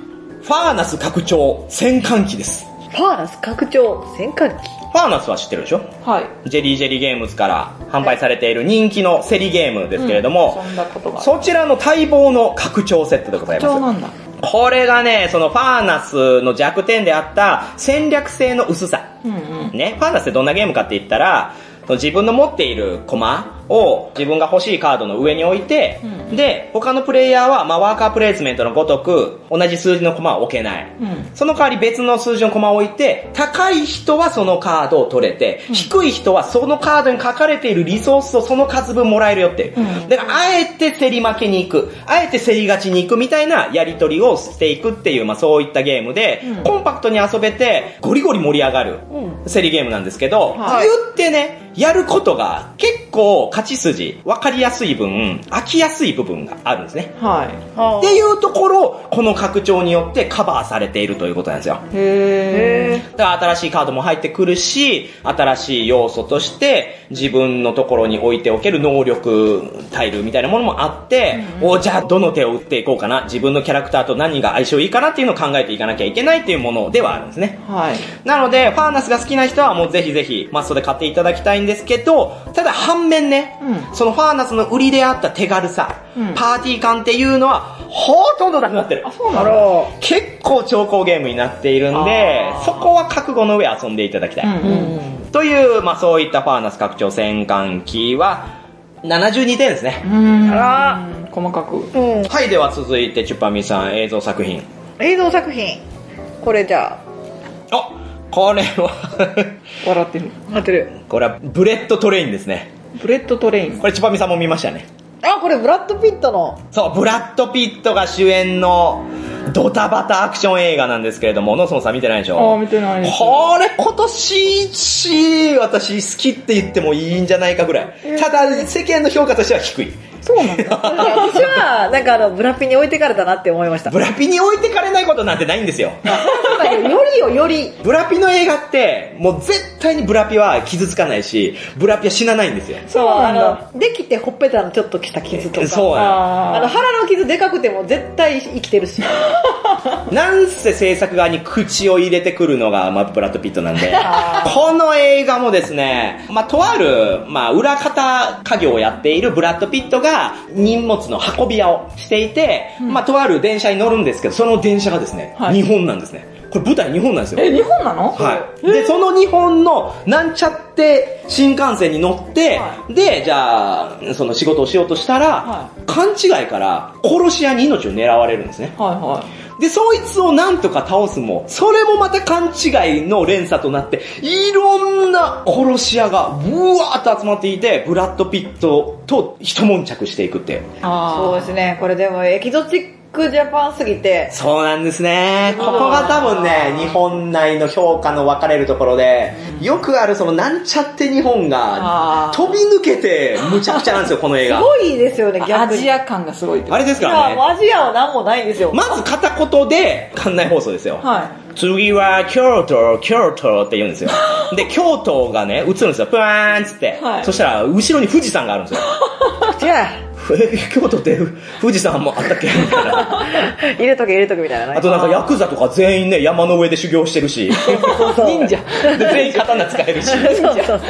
Speaker 2: ファーナス拡張戦艦機です。
Speaker 3: ファーラス拡張戦艦機。
Speaker 2: ファーナスは知ってるでしょ
Speaker 4: はい
Speaker 2: ジェリージェリーゲームズから販売されている人気のセリゲームですけれども、
Speaker 4: そんなことが
Speaker 2: そちらの待望の拡張セットでございます。
Speaker 4: 貴重なんだ
Speaker 2: これがね、そのファーナスの弱点であった戦略性の薄さ。
Speaker 4: うんうん
Speaker 2: ね、ファンタスってどんなゲームかって言ったら、その自分の持っているコマを自分が欲しいカードの上に置いて、
Speaker 4: う
Speaker 2: で、他のプレイヤーは、まあ、ワーカープレイスメントのごとく、同じ数字のコマは置けない。
Speaker 4: うん
Speaker 2: その代わり別の数字のコマを置いて、高い人はそのカードを取れて、低い人はそのカードに書かれているリソースをその数分もらえるよっていう。
Speaker 4: うん
Speaker 2: だから、あえて競り負けに行く、あえて競り勝ちに行くみたいなやり取りをしていくっていう、まあ、そういったゲームで、
Speaker 4: うん
Speaker 2: コンパクトに遊べて、ゴリゴリ盛り上がる。
Speaker 3: うん
Speaker 2: 競りゲームなんですけど、
Speaker 4: はい
Speaker 2: 言ってね、やることが結構勝ち筋、わかりやすい分、飽きやすい部分があるんですね。
Speaker 4: は
Speaker 3: はあ
Speaker 2: っていうところ、この拡張によってカバーされているということなんですよ。
Speaker 4: いへ
Speaker 3: へ
Speaker 4: え
Speaker 2: だから新しいカードも入ってくるし、新しい要素として自分のところに置いておける能力タイルみたいなものもあって、おじゃあどの手を打っていこうかな、自分のキャラクターと何が相性いいかなっていうのを考えていかなきゃいけないっていうものではあるんですね。
Speaker 4: はい
Speaker 2: なので、ファーナスが好きな人はもうぜひぜひマストで買っていただきたいんですけど、ただ反面ね、
Speaker 4: うん
Speaker 2: そのファーナスの売りであった手軽さ、
Speaker 4: うん
Speaker 2: パーティー感っていうのは、ほとんどなくなってる
Speaker 4: あ。そうな
Speaker 3: あ
Speaker 4: んだ
Speaker 3: ら
Speaker 2: 結構超高ゲームになっているんで
Speaker 4: あ、ー
Speaker 2: そこは覚悟の上遊んでいただきたい。
Speaker 4: うんうん
Speaker 2: という、まあそういったファーナス拡張戦艦機は、72点ですね。
Speaker 4: うん
Speaker 3: あ
Speaker 4: 細かく
Speaker 3: うん
Speaker 2: はい、では続いてチュッパミさん映像作品。
Speaker 3: 映像作品これじゃ
Speaker 2: あ、これは、
Speaker 4: 笑ってる
Speaker 3: あ合ってる
Speaker 2: これはブレッドトレインですね。
Speaker 4: ブレッドトレイン
Speaker 2: これチュッパミさんも見ましたね。
Speaker 3: あこれブラッド・ピットの
Speaker 2: そう、ブラッド・ピットが主演のドタバタアクション映画なんですけれども、ノーソンさん見てないでし
Speaker 4: ああ
Speaker 2: ょ
Speaker 4: 見てないです
Speaker 2: これ今年一私好きって言ってもいいんじゃないかぐらい。ただ世間の評価としては低い。
Speaker 4: そうなんだ
Speaker 3: 私はなんかあのブラピに置いてかれたなって思いました
Speaker 2: ブラピに置いてかれないことなんてないんですよ。
Speaker 3: よりよより
Speaker 2: ブラピの映画って、もう絶対にブラピは傷つかないし、ブラピは死なないんですよ。
Speaker 3: そう
Speaker 4: そうな
Speaker 3: あ
Speaker 4: んだ
Speaker 3: のできてほっぺたのちょっとした傷とか
Speaker 2: そうなの
Speaker 3: あの腹の傷でかくても絶対生きてるし
Speaker 2: なんせ制作側に口を入れてくるのが、まあ、ブラッド・ピットなん で
Speaker 4: あ、
Speaker 2: この映画もですね、まあ、とある、まあ、裏方家業をやっているブラッド・ピットが荷物の運び屋をしていて、まあ、とある電車に乗るんですけど、その電車がですね、
Speaker 4: は
Speaker 2: 日
Speaker 4: い
Speaker 2: 本なんですね。これ舞台日本なんですよ。
Speaker 4: え日本なの
Speaker 2: はい。で、その日本の、なんちゃって新幹線に乗って、
Speaker 4: は
Speaker 2: で、じゃあ、その仕事をしようとしたら、
Speaker 4: は
Speaker 2: 勘違いから殺し屋に命を狙われるんですね。
Speaker 4: はいは
Speaker 2: で、そいつをなんとか倒すも、それもまた勘違いの連鎖となって、いろんな殺し屋が、ブワーっと集まっていて、ブラッド・ピットと一悶着していくって。
Speaker 4: いあ
Speaker 3: そうですねこれでもエキゾチックジャパンすぎて
Speaker 2: そうなんですね。ここが多分ね、日本内の評価の分かれるところで、よくあるそのなんちゃって日本が
Speaker 4: あー
Speaker 2: 飛び抜けてむちゃくちゃなんですよ、この映
Speaker 3: す
Speaker 2: 画。
Speaker 3: ごいですよね逆に
Speaker 4: アジア感がすごいって
Speaker 2: あれです
Speaker 3: い
Speaker 2: から
Speaker 3: やもう
Speaker 2: ね。
Speaker 3: アジアは何もないんですよ、
Speaker 2: まず片言で、館内放送ですよ。
Speaker 4: は
Speaker 2: 次は、京都、京都って言うんです よ。で、京都がね、映るんですよ。プワーンっつって。
Speaker 4: はい
Speaker 2: そしたら、後ろに富士山があるんですよ。
Speaker 3: じゃあ
Speaker 2: え京都って富士山もあった っけみたいな。
Speaker 3: 入れとけ入れとけみたいな
Speaker 2: あとなんかヤクザとか全員ね、山の上で修行してるし。
Speaker 4: い忍者
Speaker 2: で全員刀使えるし。
Speaker 3: そうそうそう
Speaker 2: わ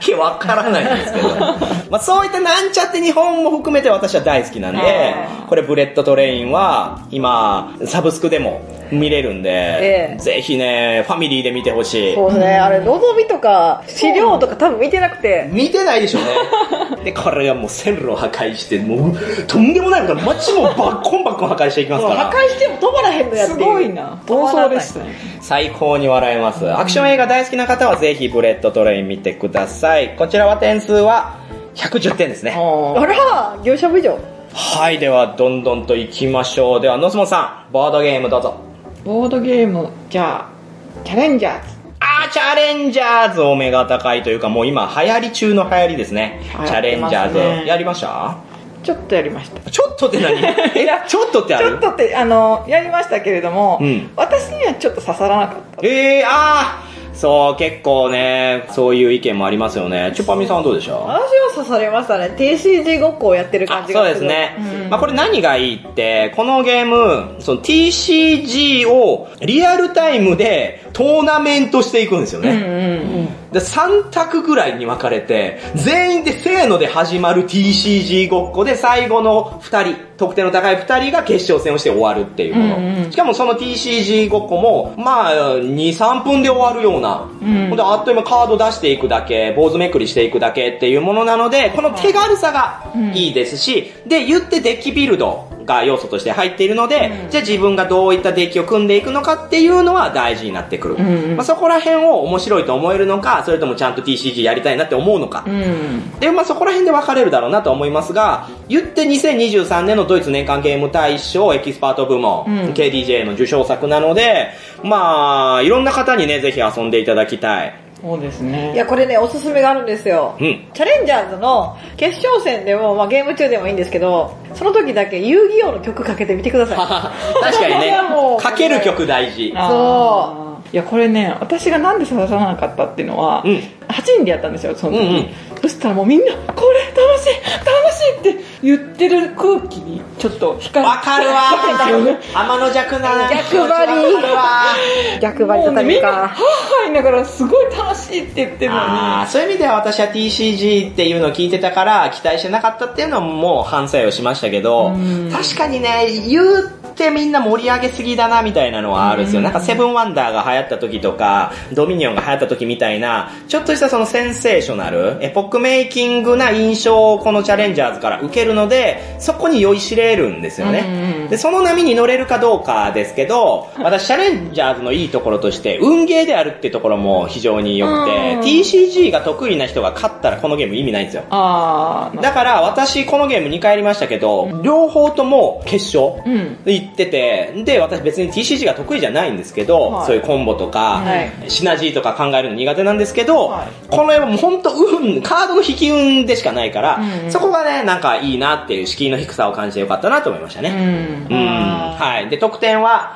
Speaker 2: けわからないんですけど。まあそういったなんちゃって日本も含めて私は大好きなんで
Speaker 4: え、
Speaker 2: これブレッドトレインは今、サブスクでも見れるんで
Speaker 3: え、え
Speaker 2: ぜひね、ファミリーで見てほしい。
Speaker 3: そうね、あれ、のぞみとか、資料とか多分見てなくて、
Speaker 2: 見てないでしょ うね。で、これがもう線路を破壊して、もう、とんでもないこと、街もバッコンバッコン破壊していきます
Speaker 3: そう
Speaker 2: か
Speaker 3: 破
Speaker 2: ら
Speaker 3: 壊。しても止まらへんのや
Speaker 4: い
Speaker 3: って
Speaker 4: す
Speaker 3: う
Speaker 4: ごいな
Speaker 3: 止
Speaker 4: 暴
Speaker 3: まら
Speaker 4: 走
Speaker 3: ない
Speaker 4: ですね
Speaker 2: 最高に笑えます。アクション映画大好きな方はぜひブレッドトレイン見てください。こちらは点数は110点ですね。
Speaker 4: あ
Speaker 3: あら、業者部以上。
Speaker 2: はい、ではどんどんと行きましょう。では、ノスモさん、ボードゲームどうぞ。
Speaker 4: ーボードゲームじゃあチャレンジャーズ
Speaker 2: あー、チャレンジャーズお目が高いというか、もう今流行り中の流行りですね。
Speaker 4: 流行ってますね
Speaker 2: チャレンジャーズ。やりました
Speaker 4: ちょっとやりました
Speaker 2: ちょっとって 何
Speaker 4: いや
Speaker 2: え、ちょっとってあ
Speaker 4: ちょ
Speaker 2: る
Speaker 4: っとってあのやりましたけれども、
Speaker 2: うん
Speaker 4: 私にはちょっと刺さらなかった
Speaker 2: えー、あー、そう、結構ね、そういう意見もありますよね。チュパミさんはどうでしょう
Speaker 3: 私は刺されましたね。TCG ごっこをやってる
Speaker 2: あ
Speaker 3: 感じが
Speaker 2: そうですす
Speaker 3: る。
Speaker 2: ね、
Speaker 4: うん
Speaker 2: まあ、これ何がいいってこのゲームその TCG をリアルタイムでトーナメントしていくんですよ
Speaker 4: うんう
Speaker 2: ね。
Speaker 4: ん
Speaker 2: で3択ぐらいに分かれて、全員でせーので始まる TCG ごっこで最後の2人、得点の高い2人が決勝戦をして終わるっていうもの。
Speaker 4: うんうん
Speaker 2: しかもその TCG ごっこも、まあ、2、3分で終わるような、
Speaker 4: ん
Speaker 2: ほんであっという間カード出していくだけ、坊主めくりしていくだけっていうものなので、この手軽さがいいですし、で、言ってデッキビルドが要素として入っているので、じゃあ自分がどういったデッキを組んでいくのかっていうのは大事になってくる。
Speaker 4: んうん
Speaker 2: まあ、そこら辺を面白いと思えるのか、それともちゃんと TCG やりたいなって思うのか。
Speaker 4: うん
Speaker 2: で、まあそこら辺で分かれるだろうなと思いますが、言って2023年のドイツ年間ゲーム大賞エキスパート部門、
Speaker 4: ん
Speaker 2: KDJ の受賞作なので、まあ、いろんな方にね、ぜひ遊んでいただきたい。
Speaker 4: そうですね
Speaker 3: いや、これね、おすすめがあるんですよ。
Speaker 2: うん
Speaker 3: チャレンジャーズの決勝戦でも、まあゲーム中でもいいんですけど、その時だけ遊戯王の曲かけてみてくださ
Speaker 2: 確かに
Speaker 3: これ
Speaker 2: ね
Speaker 3: はも、う
Speaker 2: かける曲大事。
Speaker 4: あーいやこれね私がなんで刺さなかったっていうのは、
Speaker 2: うん
Speaker 4: 8人でやったんですよその時、
Speaker 2: うんうん
Speaker 4: そしたらもうみんな「これ楽しい楽しい!」って言ってる空気にちょっと惹かれ
Speaker 2: わかる わ
Speaker 4: そうなんで
Speaker 2: 天の弱な
Speaker 3: 逆張り
Speaker 2: わかるわ
Speaker 3: い。逆張り
Speaker 4: もうね
Speaker 3: 畳
Speaker 4: み
Speaker 3: み
Speaker 4: んなはぁは
Speaker 3: か。
Speaker 4: ぁ言いながらすごい楽しいって言ってるの
Speaker 2: あー
Speaker 4: に
Speaker 2: そういう意味では私は TCG っていうのを聞いてたから期待してなかったっていうのはもう反省をしましたけど
Speaker 4: うん、
Speaker 2: 確かにね、言ってみんな盛り上げすぎだなみたいなのはあるんですよ。なんかセブンワンダーが流行った時とか、ドミニオンが流行った時みたいな、ちょっとしたそのセンセーショナル、エポックメイキングな印象をこのチャレンジャーズから受けるので、そこに酔いしれるんですよ
Speaker 4: うんう
Speaker 2: ね
Speaker 4: ん。
Speaker 2: で、その波に乗れるかどうかですけ ど、私チャレンジャーズのいいところとして、運ゲーであるってところも非常に良くて、
Speaker 4: うん
Speaker 2: TCG が得意な人が勝ったらこのゲーム意味ないんですよ。
Speaker 4: あーな
Speaker 2: だから私このゲーム2回やりましたけど、両方とも決勝
Speaker 4: うん
Speaker 2: 行ってて、で、私別に TCG が得意じゃないんですけど
Speaker 4: は、い
Speaker 2: そういうコンボとか
Speaker 3: はい、
Speaker 2: シナジーとか考えるの苦手なんですけど
Speaker 4: はい、
Speaker 2: この絵はもうほんと運、カードの引き運でしかないから
Speaker 4: うんう、ん
Speaker 2: そこがね、なんかいいなっていう敷居の低さを感じてよかったなと思いました
Speaker 4: う
Speaker 2: ね。
Speaker 4: ん
Speaker 2: うん。はい。で、得点は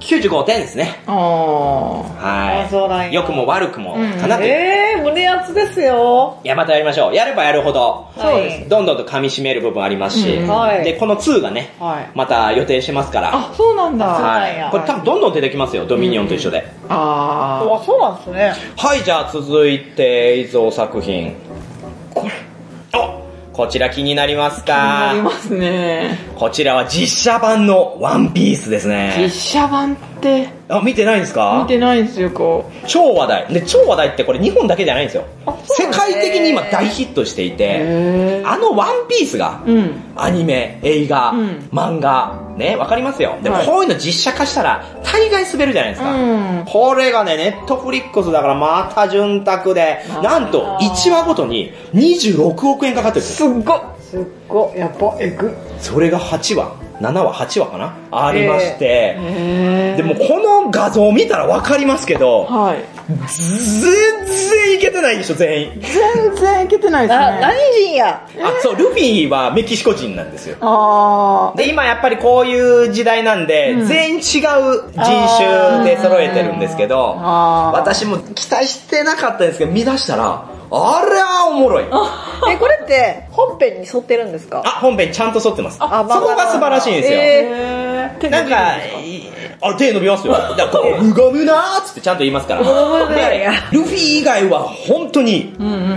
Speaker 2: 95点ですね。
Speaker 4: あ
Speaker 2: は
Speaker 3: あそうなんや
Speaker 2: い。良くも悪くもかなという。
Speaker 3: えー、胸熱ですよ。
Speaker 2: いや、またやりましょう。やればやるほど、
Speaker 3: そうです
Speaker 2: どんどんと噛み締める部分ありますし、
Speaker 4: うん
Speaker 3: はい
Speaker 2: で、この2がね、
Speaker 3: はい。
Speaker 2: また予定してますから、
Speaker 4: ーあそうなんだ
Speaker 3: そうなんや
Speaker 2: はい、これ多分どんどん出てきますよ、ドミニオンと一緒で。
Speaker 4: あー
Speaker 3: あ、そうなんですね。
Speaker 2: はい、じゃあ続いて、映像作品。これ。おこちら気になります
Speaker 4: あり
Speaker 2: か
Speaker 4: ますね
Speaker 2: こちらは実写版のワンピースです
Speaker 4: 実
Speaker 2: ね。
Speaker 4: 写版って
Speaker 2: あ、見てないんですか
Speaker 4: 見てないんですよこう
Speaker 2: 超話題。で、超話題ってこれ日本だけじゃないんですよ。
Speaker 3: そう
Speaker 2: 世
Speaker 3: なんだ
Speaker 2: 界的に今大ヒットしていて、
Speaker 4: へ
Speaker 2: あのワンピースが、
Speaker 4: うん
Speaker 2: アニメ、映画、
Speaker 4: うん
Speaker 2: 漫画、ね、わかりますよ。でも
Speaker 4: はい
Speaker 2: こういうの実写化したら、大概滑るじゃないですか。
Speaker 4: うん
Speaker 2: これがね、ネットフリックスだからまた潤沢で、なんと1話ごとに26億円かかってるんですよ。
Speaker 4: すっごい
Speaker 3: すっごい、やっぱ、えぐ。
Speaker 2: それが8話、7話、8話かなありまして、
Speaker 4: へ
Speaker 2: でもこの画像見たらわかりますけど、
Speaker 4: はい
Speaker 2: 全然いけてないでしょ、全員。
Speaker 4: 全然いけてないです
Speaker 3: な、何
Speaker 4: ね
Speaker 3: 人や
Speaker 2: あ、そう、ルフィはメキシコ人なんですよ。
Speaker 4: あ
Speaker 2: で、今やっぱりこういう時代なんで、
Speaker 4: ん
Speaker 2: 全員違う人種で揃えてるんですけど、
Speaker 4: あー
Speaker 2: 私も期待してなかったですけど、見出したら、あれはおもろい。
Speaker 3: え、これって、本編に沿ってるんですか
Speaker 2: あ、本編ちゃんと沿ってます。そ
Speaker 3: あまあ
Speaker 2: こが素晴らしいんですよ。
Speaker 3: え
Speaker 4: ーへー
Speaker 2: なんか、いあ、手伸びますよ。だから、ゴムむなーっつってちゃんと言いますから。
Speaker 3: ゴムだ
Speaker 2: で
Speaker 3: よ
Speaker 2: ルフィ以外は本当に、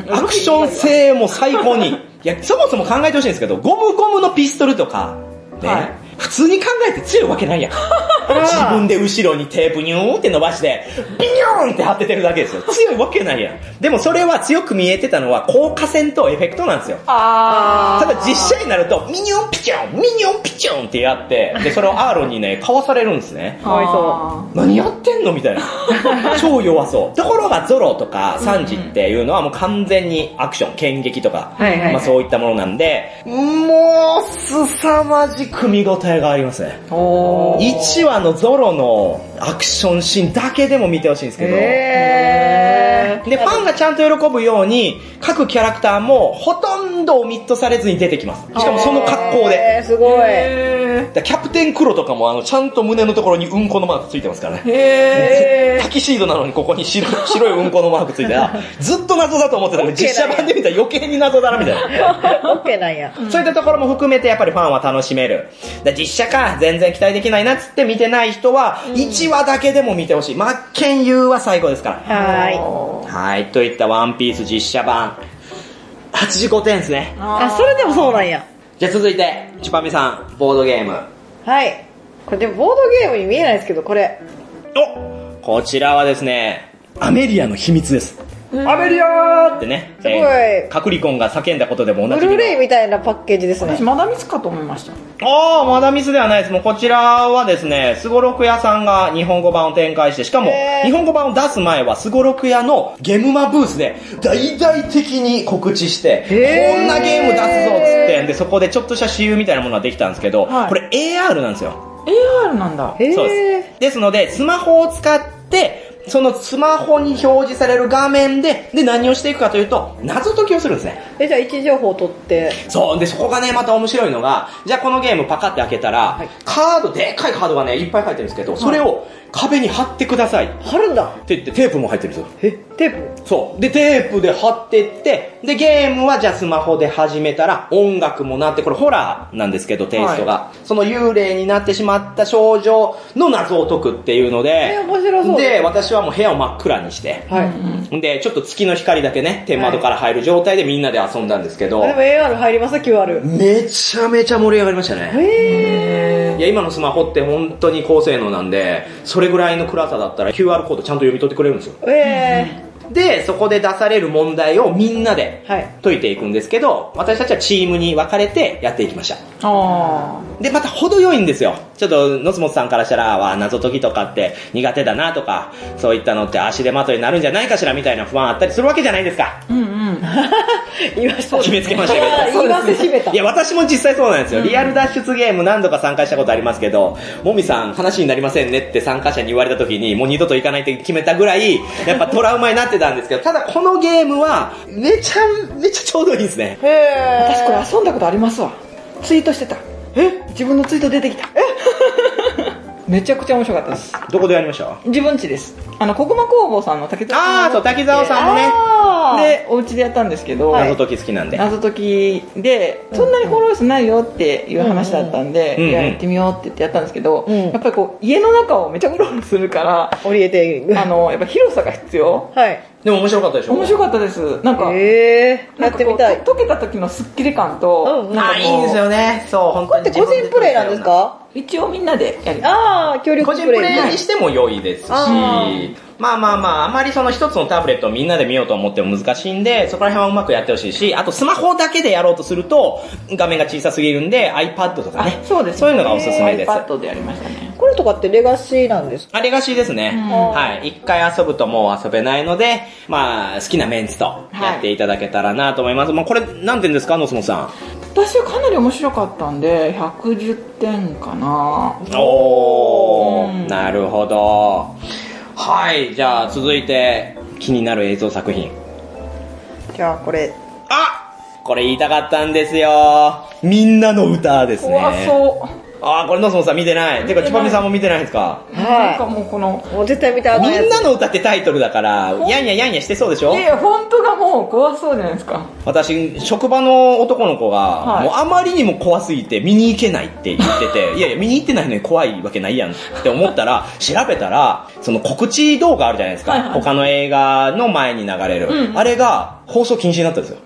Speaker 2: アクション性も最高 に。いや、そもそも考えてほしいんですけど、ゴムゴムのピストルとか、ね、
Speaker 4: はい
Speaker 2: 普通に考えて強いわけないやん。 自分で後ろにテープニューンって伸ばして、ビヨーンって貼っててるだけですよ。強いわけないやん。でもそれは強く見えてたのは、効果線とエフェクトなんですよ。
Speaker 4: あ
Speaker 2: ただ実写になると、ミニョンピチョン、ミニョンピチョンってやって、で、それをアーロンにね、かわされるんですね。
Speaker 4: か
Speaker 3: かわいそう
Speaker 2: 何やってんのみたい な。超弱そう。ところがゾロとかサンジっていうのはもう完全にアクション、剣撃とか、
Speaker 3: はいはいはい
Speaker 2: まあそういったものなんで、もう凄まじく見応えがありますね。
Speaker 4: おー
Speaker 2: 1話のゾロのアクションシーンだけでも見てほしいんですけど、
Speaker 3: え
Speaker 2: で、ファンがちゃんと喜ぶように、各キャラクターもほとんどオミットされずに出てきます。しかもその格好で。
Speaker 3: えー、すごい。
Speaker 4: へ
Speaker 2: だからキャプテンクロとかもあの、ちゃんと胸のところにうんこのマークついてますから
Speaker 4: ー
Speaker 2: ね。
Speaker 4: へ
Speaker 2: タキシードなのにここに白い白いうんこのマークついて た。ずっと謎だと思ってたけど、実写版で見たら余計に謎だなみたい な。
Speaker 3: オッケーなんや。
Speaker 2: そういったところも含めてやっぱりファンは楽しめる。だから実写化全然期待できないなっつって見ててない人は、1話だけでも見てほしい。真剣佑は最高ですから。
Speaker 3: はい
Speaker 4: あ
Speaker 2: はい、といったワンピース実写版。85点ですね。
Speaker 3: あ
Speaker 4: ー
Speaker 3: それでもそうなんや
Speaker 2: じゃあ続いて、チュパミさん、ボードゲーム。
Speaker 3: はいこれでもボードゲームに見えないですけどこれ
Speaker 2: おこちらはですね、アメリアの秘密です。アメリアーってね、
Speaker 3: すごい
Speaker 2: カクリコンが叫んだことでも同
Speaker 3: ブ
Speaker 2: じ
Speaker 3: ルーレイみたいなパッケージですね
Speaker 4: 私まだミスかと思いました
Speaker 2: ああ、まだミスではないです。もうこちらはですね、スゴロク屋さんが日本語版を展開して、しかも
Speaker 3: へ、ー
Speaker 2: 日本語版を出す前はスゴロク屋のゲムマブースで大々的に告知して、
Speaker 3: へー
Speaker 2: こんなゲーム出すぞっつって、で、そこでちょっとした CU みたいなものができたんですけど、
Speaker 4: はい
Speaker 2: これ AR なんですよ。
Speaker 4: AR なんだ
Speaker 3: へー
Speaker 2: そうです。ですので、スマホを使って、そのスマホに表示される画面で、で、何をしていくかというと、謎解きをするんですね。
Speaker 3: えじゃあ位置情報を取って
Speaker 2: そう。で、そこがね、また面白いのが、じゃあこのゲームパカって開けたら、
Speaker 3: はい
Speaker 2: カード、でっかいカードがね、いっぱい入ってるんですけど、それを壁に貼ってください。って
Speaker 3: 貼るんだ
Speaker 2: 言って、テープも入ってるんですよ。
Speaker 3: えテープ
Speaker 2: そう。で、テープで貼ってって、で、ゲームはじゃあスマホで始めたら、音楽もなって、これホラーなんですけど、テイストが。その幽霊になってしまった症状の謎を解くっていうの
Speaker 3: え
Speaker 2: で、
Speaker 3: 面白そう
Speaker 2: で、私はもう部屋を真っ暗にして、
Speaker 3: はい、
Speaker 2: で、ちょっと月の光だけね、天窓から入る状態でみんなで遊んだんですけど、
Speaker 3: あでも AR 入ります QR
Speaker 2: めちゃめちゃ盛り上がりましたね。
Speaker 4: え
Speaker 2: いや、今のスマホって本当に高性能なんで、それぐらいの暗さだったら QR コードちゃんと読み取ってくれるんですよ。
Speaker 3: ええ
Speaker 2: で、そこで出される問題をみんなで
Speaker 3: ー、はい
Speaker 2: 解いていくんですけど、私たちはチームに分かれてやっていきました。
Speaker 4: あ
Speaker 2: で、また程よいんですよ。ちょっと、のつもつさんからしたら、わあ謎解きとかって苦手だなとか、そういったのって足手まといになるんじゃないかしらみたいな不安あったりするわけじゃないですか。
Speaker 4: ーうんうん
Speaker 3: 言いましたね
Speaker 2: 決めつけましたけど
Speaker 3: あー言いませ締めた
Speaker 2: いや、私も実際そうなんですよ。リアル脱出ゲーム何度か参加したことありますけど、もみさん話になりませんねって参加者に言われた時に、もう二度と行かないって決めたぐらい、やっぱトラウマになってたんですけど、ただこのゲームは、めちゃ、めちゃちょうどいいですね。
Speaker 3: へえ
Speaker 4: 私これ遊んだことありますわツイートしてたえ自分のツイート出て きためちゃくちゃ面白かったです
Speaker 2: どこでやりました
Speaker 4: 自分家ですあの小熊工房さんの竹田さん
Speaker 2: あー、そう、滝沢さんもね、
Speaker 3: あー
Speaker 4: でお家でやったんですけど、
Speaker 2: 謎解き好きなんで。
Speaker 4: 謎解きでそんなにフォロー数ないよっていう話だったんで、
Speaker 2: うんうん
Speaker 4: いややってみようって言ってやったんですけど、
Speaker 3: うん
Speaker 4: やっぱりこう家の中をめちゃうろうろするから
Speaker 3: オリエティング
Speaker 4: あのやっぱ広さが必要
Speaker 3: はい
Speaker 2: でも面白かったでしょ
Speaker 4: 面白かったですなんか、
Speaker 3: ええー、
Speaker 4: な
Speaker 3: やっ
Speaker 4: んか
Speaker 3: て
Speaker 4: こう
Speaker 3: みたい
Speaker 4: と溶けた時のスッキリ感と、
Speaker 3: うんうん
Speaker 2: あ
Speaker 4: なか
Speaker 2: ー、
Speaker 4: こ
Speaker 2: いういんですよね。そう、本
Speaker 3: こ
Speaker 2: 当
Speaker 3: れ
Speaker 2: に
Speaker 3: って個人プレイなんですか
Speaker 4: 一応みんなでやります
Speaker 3: ああ協力
Speaker 2: 個
Speaker 3: プ
Speaker 2: 人
Speaker 3: レイ
Speaker 2: プレイにしても良いですし、
Speaker 3: あ
Speaker 2: まあまあまあ、あまりその一つのタブレットをみんなで見ようと思っても難しいんで、そこら辺はうまくやってほしいし、あとスマホだけでやろうとすると、画面が小さすぎるんで、iPad とかね。
Speaker 4: そうです
Speaker 2: そういうのがおすすめです。
Speaker 4: iPad でやりましたね
Speaker 3: これとかってレガシーなんですか
Speaker 2: あれがしいですね。
Speaker 3: ん
Speaker 2: はい。一回遊ぶともう遊べないので、まあ、好きなメンツとやっていただけたらなと思います。まあ、これ、何点ですか、ノスモさ。
Speaker 4: 私はかなり面白かったんで110点かなん
Speaker 2: おー、
Speaker 4: うん
Speaker 2: なるほど。はい。じゃあ、続いて、気になる映像作品。
Speaker 3: じゃあこれ
Speaker 2: あこれ言いたかったんですよ。みんなの歌ですね。
Speaker 4: 怖そ
Speaker 2: あー、これノスモさん見てない。てか、チュパミさんも見てないんですか。
Speaker 4: う、なんか
Speaker 3: は
Speaker 4: もうこの
Speaker 3: いもう絶対見たあ
Speaker 2: み
Speaker 3: かやつ
Speaker 2: んなの歌ってタイトルだから、
Speaker 4: ほん
Speaker 2: やんややんやしてそうでしょ
Speaker 4: いやいやフォントがもう怖そうじゃないですか
Speaker 2: 私、職場の男の子が、
Speaker 4: はい
Speaker 2: もうあまりにも怖すぎて見に行けないって言って て、いやいや、見に行ってないのに怖いわけないやんって思ったら、調べたら、その告知動画あるじゃないですか。
Speaker 4: はいはい
Speaker 2: 他の映画の前に流れる、
Speaker 4: うん
Speaker 2: あれが放送禁止になったんです よ。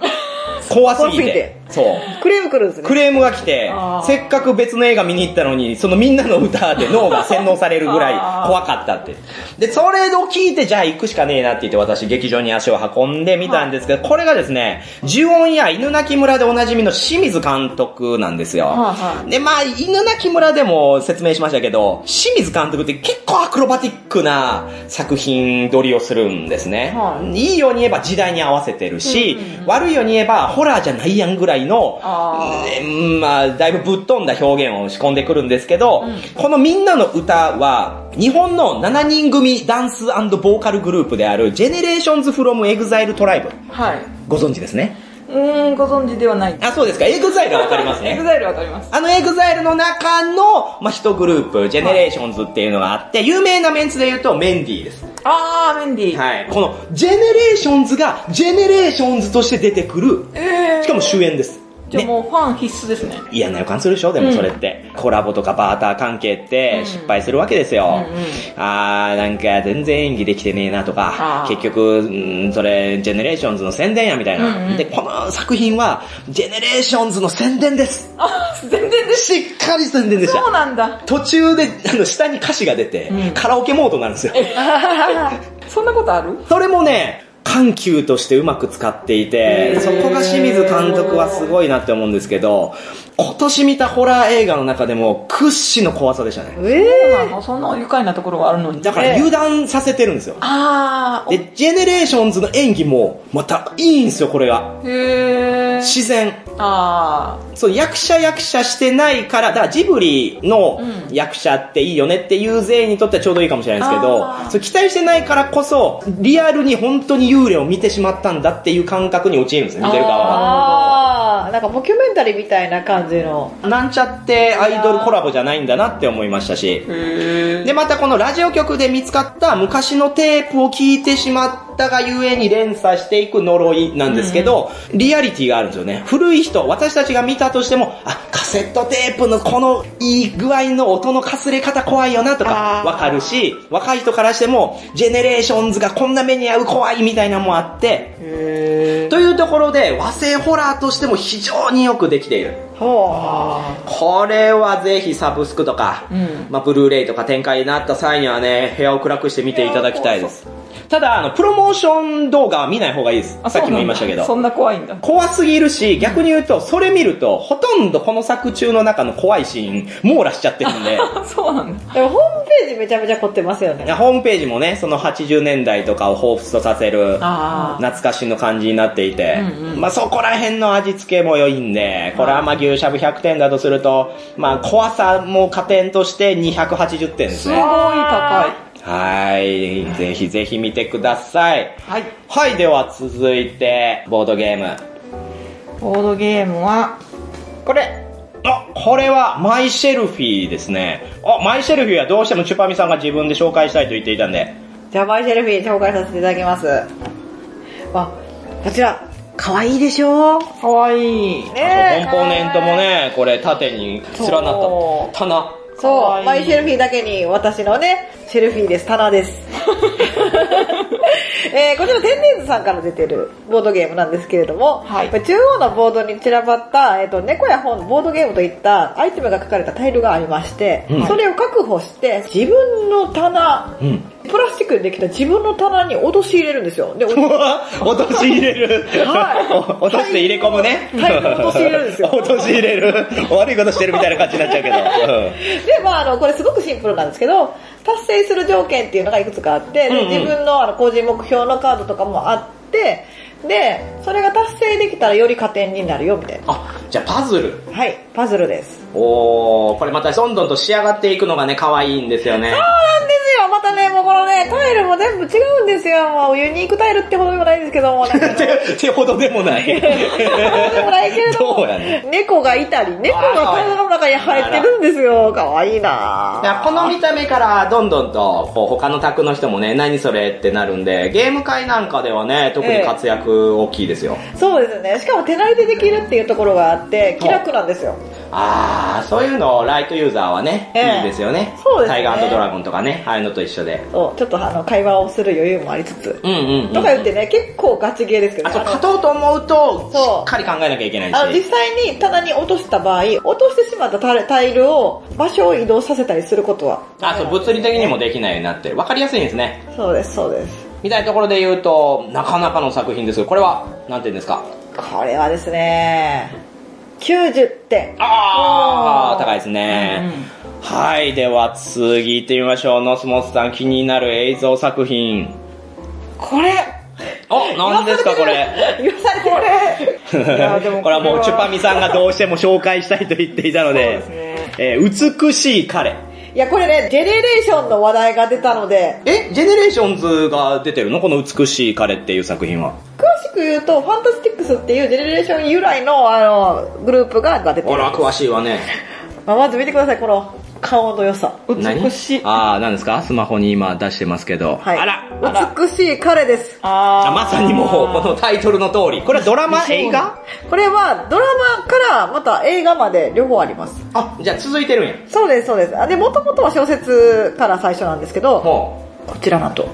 Speaker 2: 怖すぎ
Speaker 3: 怖すぎ
Speaker 2: て
Speaker 3: て。
Speaker 2: そう。
Speaker 3: クレーム来るんですね
Speaker 2: クレームが来て
Speaker 4: あ、ー
Speaker 2: せっかく別の映画見に行ったのに、そのみんなの歌で脳が洗脳されるぐらい
Speaker 4: あー
Speaker 2: 怖かったって。で、それを聞いて、じゃあ行くしかねえなって言って私劇場に足を運んでみたんですけど、これがですね、呪音や犬鳴村でおなじみの清水監督なんですよ。
Speaker 4: はいはい
Speaker 2: で、まあ、犬鳴村でも説明しましたけど、清水監督って結構アクロバティックな作品撮りをするんですね。
Speaker 4: はい
Speaker 2: いいように言えば時代に合わせてるし、悪いように言えばホラーじゃないやんぐらいの、
Speaker 4: あー
Speaker 2: うんまあ、だいぶぶっ飛んだ表現を仕込んでくるんですけど、このみんなの歌は、日本の7人組ダンスボーカルグループである、ジェネレーションズフロムエグザイルトライブ
Speaker 4: はい
Speaker 2: ご存知ですね。
Speaker 4: うーんご存知ではない
Speaker 2: あ、そうですか。エグザイルはわかりますね。
Speaker 4: エグザイルわかります
Speaker 2: あ のエグザイルの中の、まあ、一グループ、ジェネレーションズっていうのがあって、有名なメンツで言うとメンディーです。
Speaker 4: あーメンディー、
Speaker 2: はい。この、ジェネレーションズが、ジェネレーションズとして出てくる、
Speaker 4: えー、
Speaker 2: しかも主演です。
Speaker 4: じゃあもうファン必須ですね。
Speaker 2: 嫌な予感するでしょでもそれって、コラボとかバーター関係って
Speaker 4: うん
Speaker 2: 失敗するわけですよ。あー、なんか全然演技できてねえなとか
Speaker 4: あ、ー
Speaker 2: 結局、うんそれ、ジェネレーションズの宣伝やみたいな。
Speaker 4: うんうん
Speaker 2: で、この作品は、ジェネレーションズの宣伝です。
Speaker 4: あ、全然 です。
Speaker 2: しっかり宣伝でした
Speaker 4: そう。なんだ。
Speaker 2: 途中で、あの、下に歌詞が出て、
Speaker 4: うん
Speaker 2: カラオケモードになるんですよ。
Speaker 4: そんなことある
Speaker 2: それもね、緩急としてうまく使っていて
Speaker 4: へ、ー
Speaker 2: そこが清水監督はすごいなって思うんですけど、今年見たホラー映画の中でも屈指の怖さでしたね。
Speaker 3: え
Speaker 4: あのそんな愉快なところがあるのに。
Speaker 2: だから油断させてるんですよ。
Speaker 4: あー、
Speaker 2: で、ジェネレーションズの演技も、またいいんですよ、これが。
Speaker 4: おへー。
Speaker 2: 自然。
Speaker 4: あ
Speaker 2: そう、役者役者してないから、だからジブリの
Speaker 4: うん
Speaker 2: 役者っていいよねっていう全員にとってはちょうどいいかもしれないですけ
Speaker 4: あ
Speaker 2: ど、
Speaker 4: ー
Speaker 2: そう期待してないからこそ、リアルに本当に幽霊を見てしまったんだっていう感覚に陥るんですね、見てる側は。
Speaker 3: ああなんかモキュメンタリーみたいな感じの
Speaker 2: なんちゃってアイドルコラボじゃないんだなって思いましたし
Speaker 4: ー。。へー。
Speaker 2: で、またこのラジオ局で見つかった昔のテープを聞いてしまったがゆえに連鎖していく呪いなんですけど、リアリティがあるんですよね。古い人、私たちが見たとしても、あ、カセットテープのこのいい具合の音のかすれ方怖いよなとか
Speaker 4: あー
Speaker 2: わかるし、若い人からしても、ジェネレーションズがこんな目に遭う怖いみたいなのもあって、
Speaker 4: へー。
Speaker 2: というところで和製ホラーとしても非常によくできている。
Speaker 3: ほ
Speaker 4: あ
Speaker 2: これはぜひサブスクとか、
Speaker 4: うん
Speaker 2: まあ、ブルーレイとか展開になった際にはね、部屋を暗くして見ていただきたいです。ただ、あの、プロモーション動画は見ない方がいいです。
Speaker 4: ー。
Speaker 2: さっきも言いましたけ
Speaker 4: そ
Speaker 2: ど。
Speaker 4: んな怖いんだ。
Speaker 2: 怖すぎるし、逆に言うと、それ見ると、ほとんどこの作中の中の怖いシーン、網羅しちゃってるん で、
Speaker 4: あそうなんだ。
Speaker 3: うでもホームページめちゃめちゃ凝ってますよ
Speaker 2: い
Speaker 3: ね
Speaker 2: やホームページもね、その80年代とかを彷彿とさせる、
Speaker 4: あ
Speaker 2: 懐かしの感じになっていて、
Speaker 4: うんうん
Speaker 2: まあそこら辺の味付けも良いんで、これはまあ牛しゃぶ100点だとすると、まあ怖さも加点として280点で
Speaker 4: ー。す
Speaker 2: す
Speaker 4: ごい
Speaker 2: ね。
Speaker 4: 高い。
Speaker 2: はい、ぜひぜひ見てください。
Speaker 4: はい。
Speaker 2: はい、では続いて、ボードゲーム。
Speaker 4: ボードゲームは、これ。
Speaker 2: あ、これはマイシェルフィーですね。あ、マイシェルフィーはどうしてもチュパミさんが自分で紹介したいと言っていたんで。
Speaker 3: じゃあマイシェルフィー紹介させていただきますあこちら可愛いでしょ
Speaker 4: かわい
Speaker 2: あ
Speaker 4: い。
Speaker 2: とコンポーネントもね、これ縦に連な
Speaker 4: そ
Speaker 2: っ
Speaker 4: う
Speaker 2: た棚。
Speaker 4: 可
Speaker 3: そ
Speaker 4: 愛
Speaker 3: う、
Speaker 4: い
Speaker 3: マイシェルフィーだけに私のね、シェルフィーです、棚です。えーこちら天然図さんから出てるボードゲームなんですけれども、
Speaker 4: はい
Speaker 3: これ中央のボードに散らばった、えー、と猫や本、ボードゲームといったアイテムが書かれたタイルがありまして、
Speaker 2: うん
Speaker 3: それを確保して自分の棚、
Speaker 2: うん。
Speaker 3: プラスチックでできた自分の棚に落とし入れるんですよ。で、 落と
Speaker 2: 落とし入れる。
Speaker 3: はい
Speaker 2: お落として入れ込むね。
Speaker 3: 大量に落とし入れるんです よ
Speaker 2: 落とし入れる。悪いことしてるみたいな感じになっちゃうけど。
Speaker 3: で、まああの、これすごくシンプルなんですけど、達成する条件っていうのがいくつかあって、
Speaker 2: うんう
Speaker 3: で
Speaker 2: ん
Speaker 3: 自分のあの個人目標のカードとかもあって、で、それが達成できたらより加点になるよ、みたいな。
Speaker 2: あ、じゃあパズル。
Speaker 3: はい、パズルです。そう
Speaker 2: おー、これまたどんどんと仕上がっていくのがね、可愛いんですよ ね。
Speaker 3: なんですよ、またね、もうこのね、タイルも全部違うんですよ。もうユニークタイルってほどでもないんですけども、 なんか
Speaker 2: 手、手ほどでも ない。
Speaker 3: でもないけれど
Speaker 2: ど
Speaker 3: も
Speaker 2: うやね
Speaker 3: 猫がいたり、猫が体の中に入ってるんですよ。かわいいな
Speaker 2: だからこの見た目からどんどんとこう他の宅の人もね何それってなるんでゲーム会なんかではね特に活躍大きいですよ、
Speaker 3: そうですね。しかも手慣れてできるっていうところがあって、気楽なんですよ。
Speaker 2: ああそういうのをライトユーザーはね、
Speaker 3: ええ
Speaker 2: いいですよね
Speaker 3: そうですね
Speaker 2: タイガードラゴンとかねああいうのと一緒で
Speaker 3: そうちょっとあの会話をする余裕もありつつ、
Speaker 2: うんうん、うん、
Speaker 3: とか言ってね結構ガチゲーですけど
Speaker 2: あ
Speaker 3: ね
Speaker 2: と
Speaker 3: あの
Speaker 2: 勝とうと思うとし
Speaker 3: そう
Speaker 2: っかり考えなきゃいけない
Speaker 3: あの実
Speaker 2: し
Speaker 3: 際に棚に落とした場合落としてしまったタイタイルを場所を移動させたりすることは
Speaker 2: あと物理的にもできないようになってる分かりやすいんですね
Speaker 3: そうですそうです
Speaker 2: みたいなところで言うとなかなかの作品ですけどこれは何て言うんですか
Speaker 3: これはですね90点
Speaker 2: あ
Speaker 3: お
Speaker 2: あ
Speaker 3: ー
Speaker 2: 高いですね、
Speaker 4: うんうん
Speaker 2: はい、では次行ってみましょう。ノスモスさん気になる映像作品。
Speaker 4: これ。
Speaker 2: お、何ですかこれ。
Speaker 3: 言わされて
Speaker 4: こ
Speaker 3: る
Speaker 4: れ。
Speaker 2: これ
Speaker 4: やでもこれ
Speaker 2: は
Speaker 4: は
Speaker 2: もうチュパミさんがどうしても紹介したいと言っていたので、
Speaker 4: そうで
Speaker 2: えー美しい彼。
Speaker 3: いやこれねジェネレーションの話題が出たので
Speaker 2: え、ジェネレーションズが出てるのこの美しい彼っていう作品は。
Speaker 3: 詳しく言うとファンタスティックスっていうジェネレーション由来のあのグループが出て
Speaker 2: あ
Speaker 3: る
Speaker 2: ら、詳しいわね。
Speaker 3: まあまず見てください、この顔の良さ。
Speaker 4: 美しい。
Speaker 2: ああ、何ですかスマホに今出してますけど。
Speaker 3: はい
Speaker 2: あら
Speaker 4: あら
Speaker 3: 美しい彼です。
Speaker 4: あ
Speaker 2: あ
Speaker 4: ー
Speaker 2: まさにもう、このタイトルの通り。これはドラマ、映画
Speaker 3: これはドラマからまた映画まで両方あります。
Speaker 2: あ、じゃあ続いてるんや。
Speaker 3: そうです、そうです。あで、もともとは小説から最初なんですけど、
Speaker 2: ほう。
Speaker 3: こちらなんと、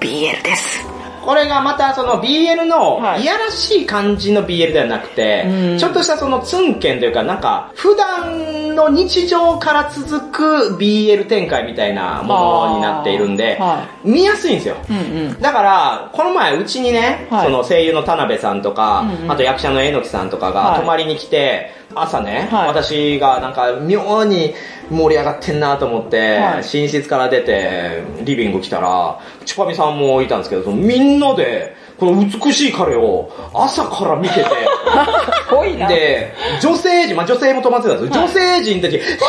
Speaker 3: BL です。
Speaker 2: これがまたその BL の
Speaker 4: はい
Speaker 2: いやらしい感じの BL ではなくて、
Speaker 4: うん
Speaker 2: ちょっとしたそのツンケンというかなんか普段の日常から続く BL 展開みたいなものになっているんで、
Speaker 4: は
Speaker 2: 見やすいんですよ。
Speaker 4: うんうん。
Speaker 2: だから、この前、うちにね、
Speaker 4: はい
Speaker 2: その声優の田辺さんとか、
Speaker 4: うんうん
Speaker 2: あと役者のえのきさんとか
Speaker 4: は
Speaker 2: が
Speaker 4: い
Speaker 2: 泊まりに来て、朝ね、
Speaker 4: はい
Speaker 2: 私がなんか妙に盛り上がってんなと思って、
Speaker 4: はい
Speaker 2: 寝室から出て、リビング来たら、チュパミさんもいたんですけど、そのみんなで、この美しい彼を朝から見てて、
Speaker 4: すごいな。
Speaker 2: で、女性陣、まあ、女性も泊まってたんですよ。女性陣たち、えー、えー、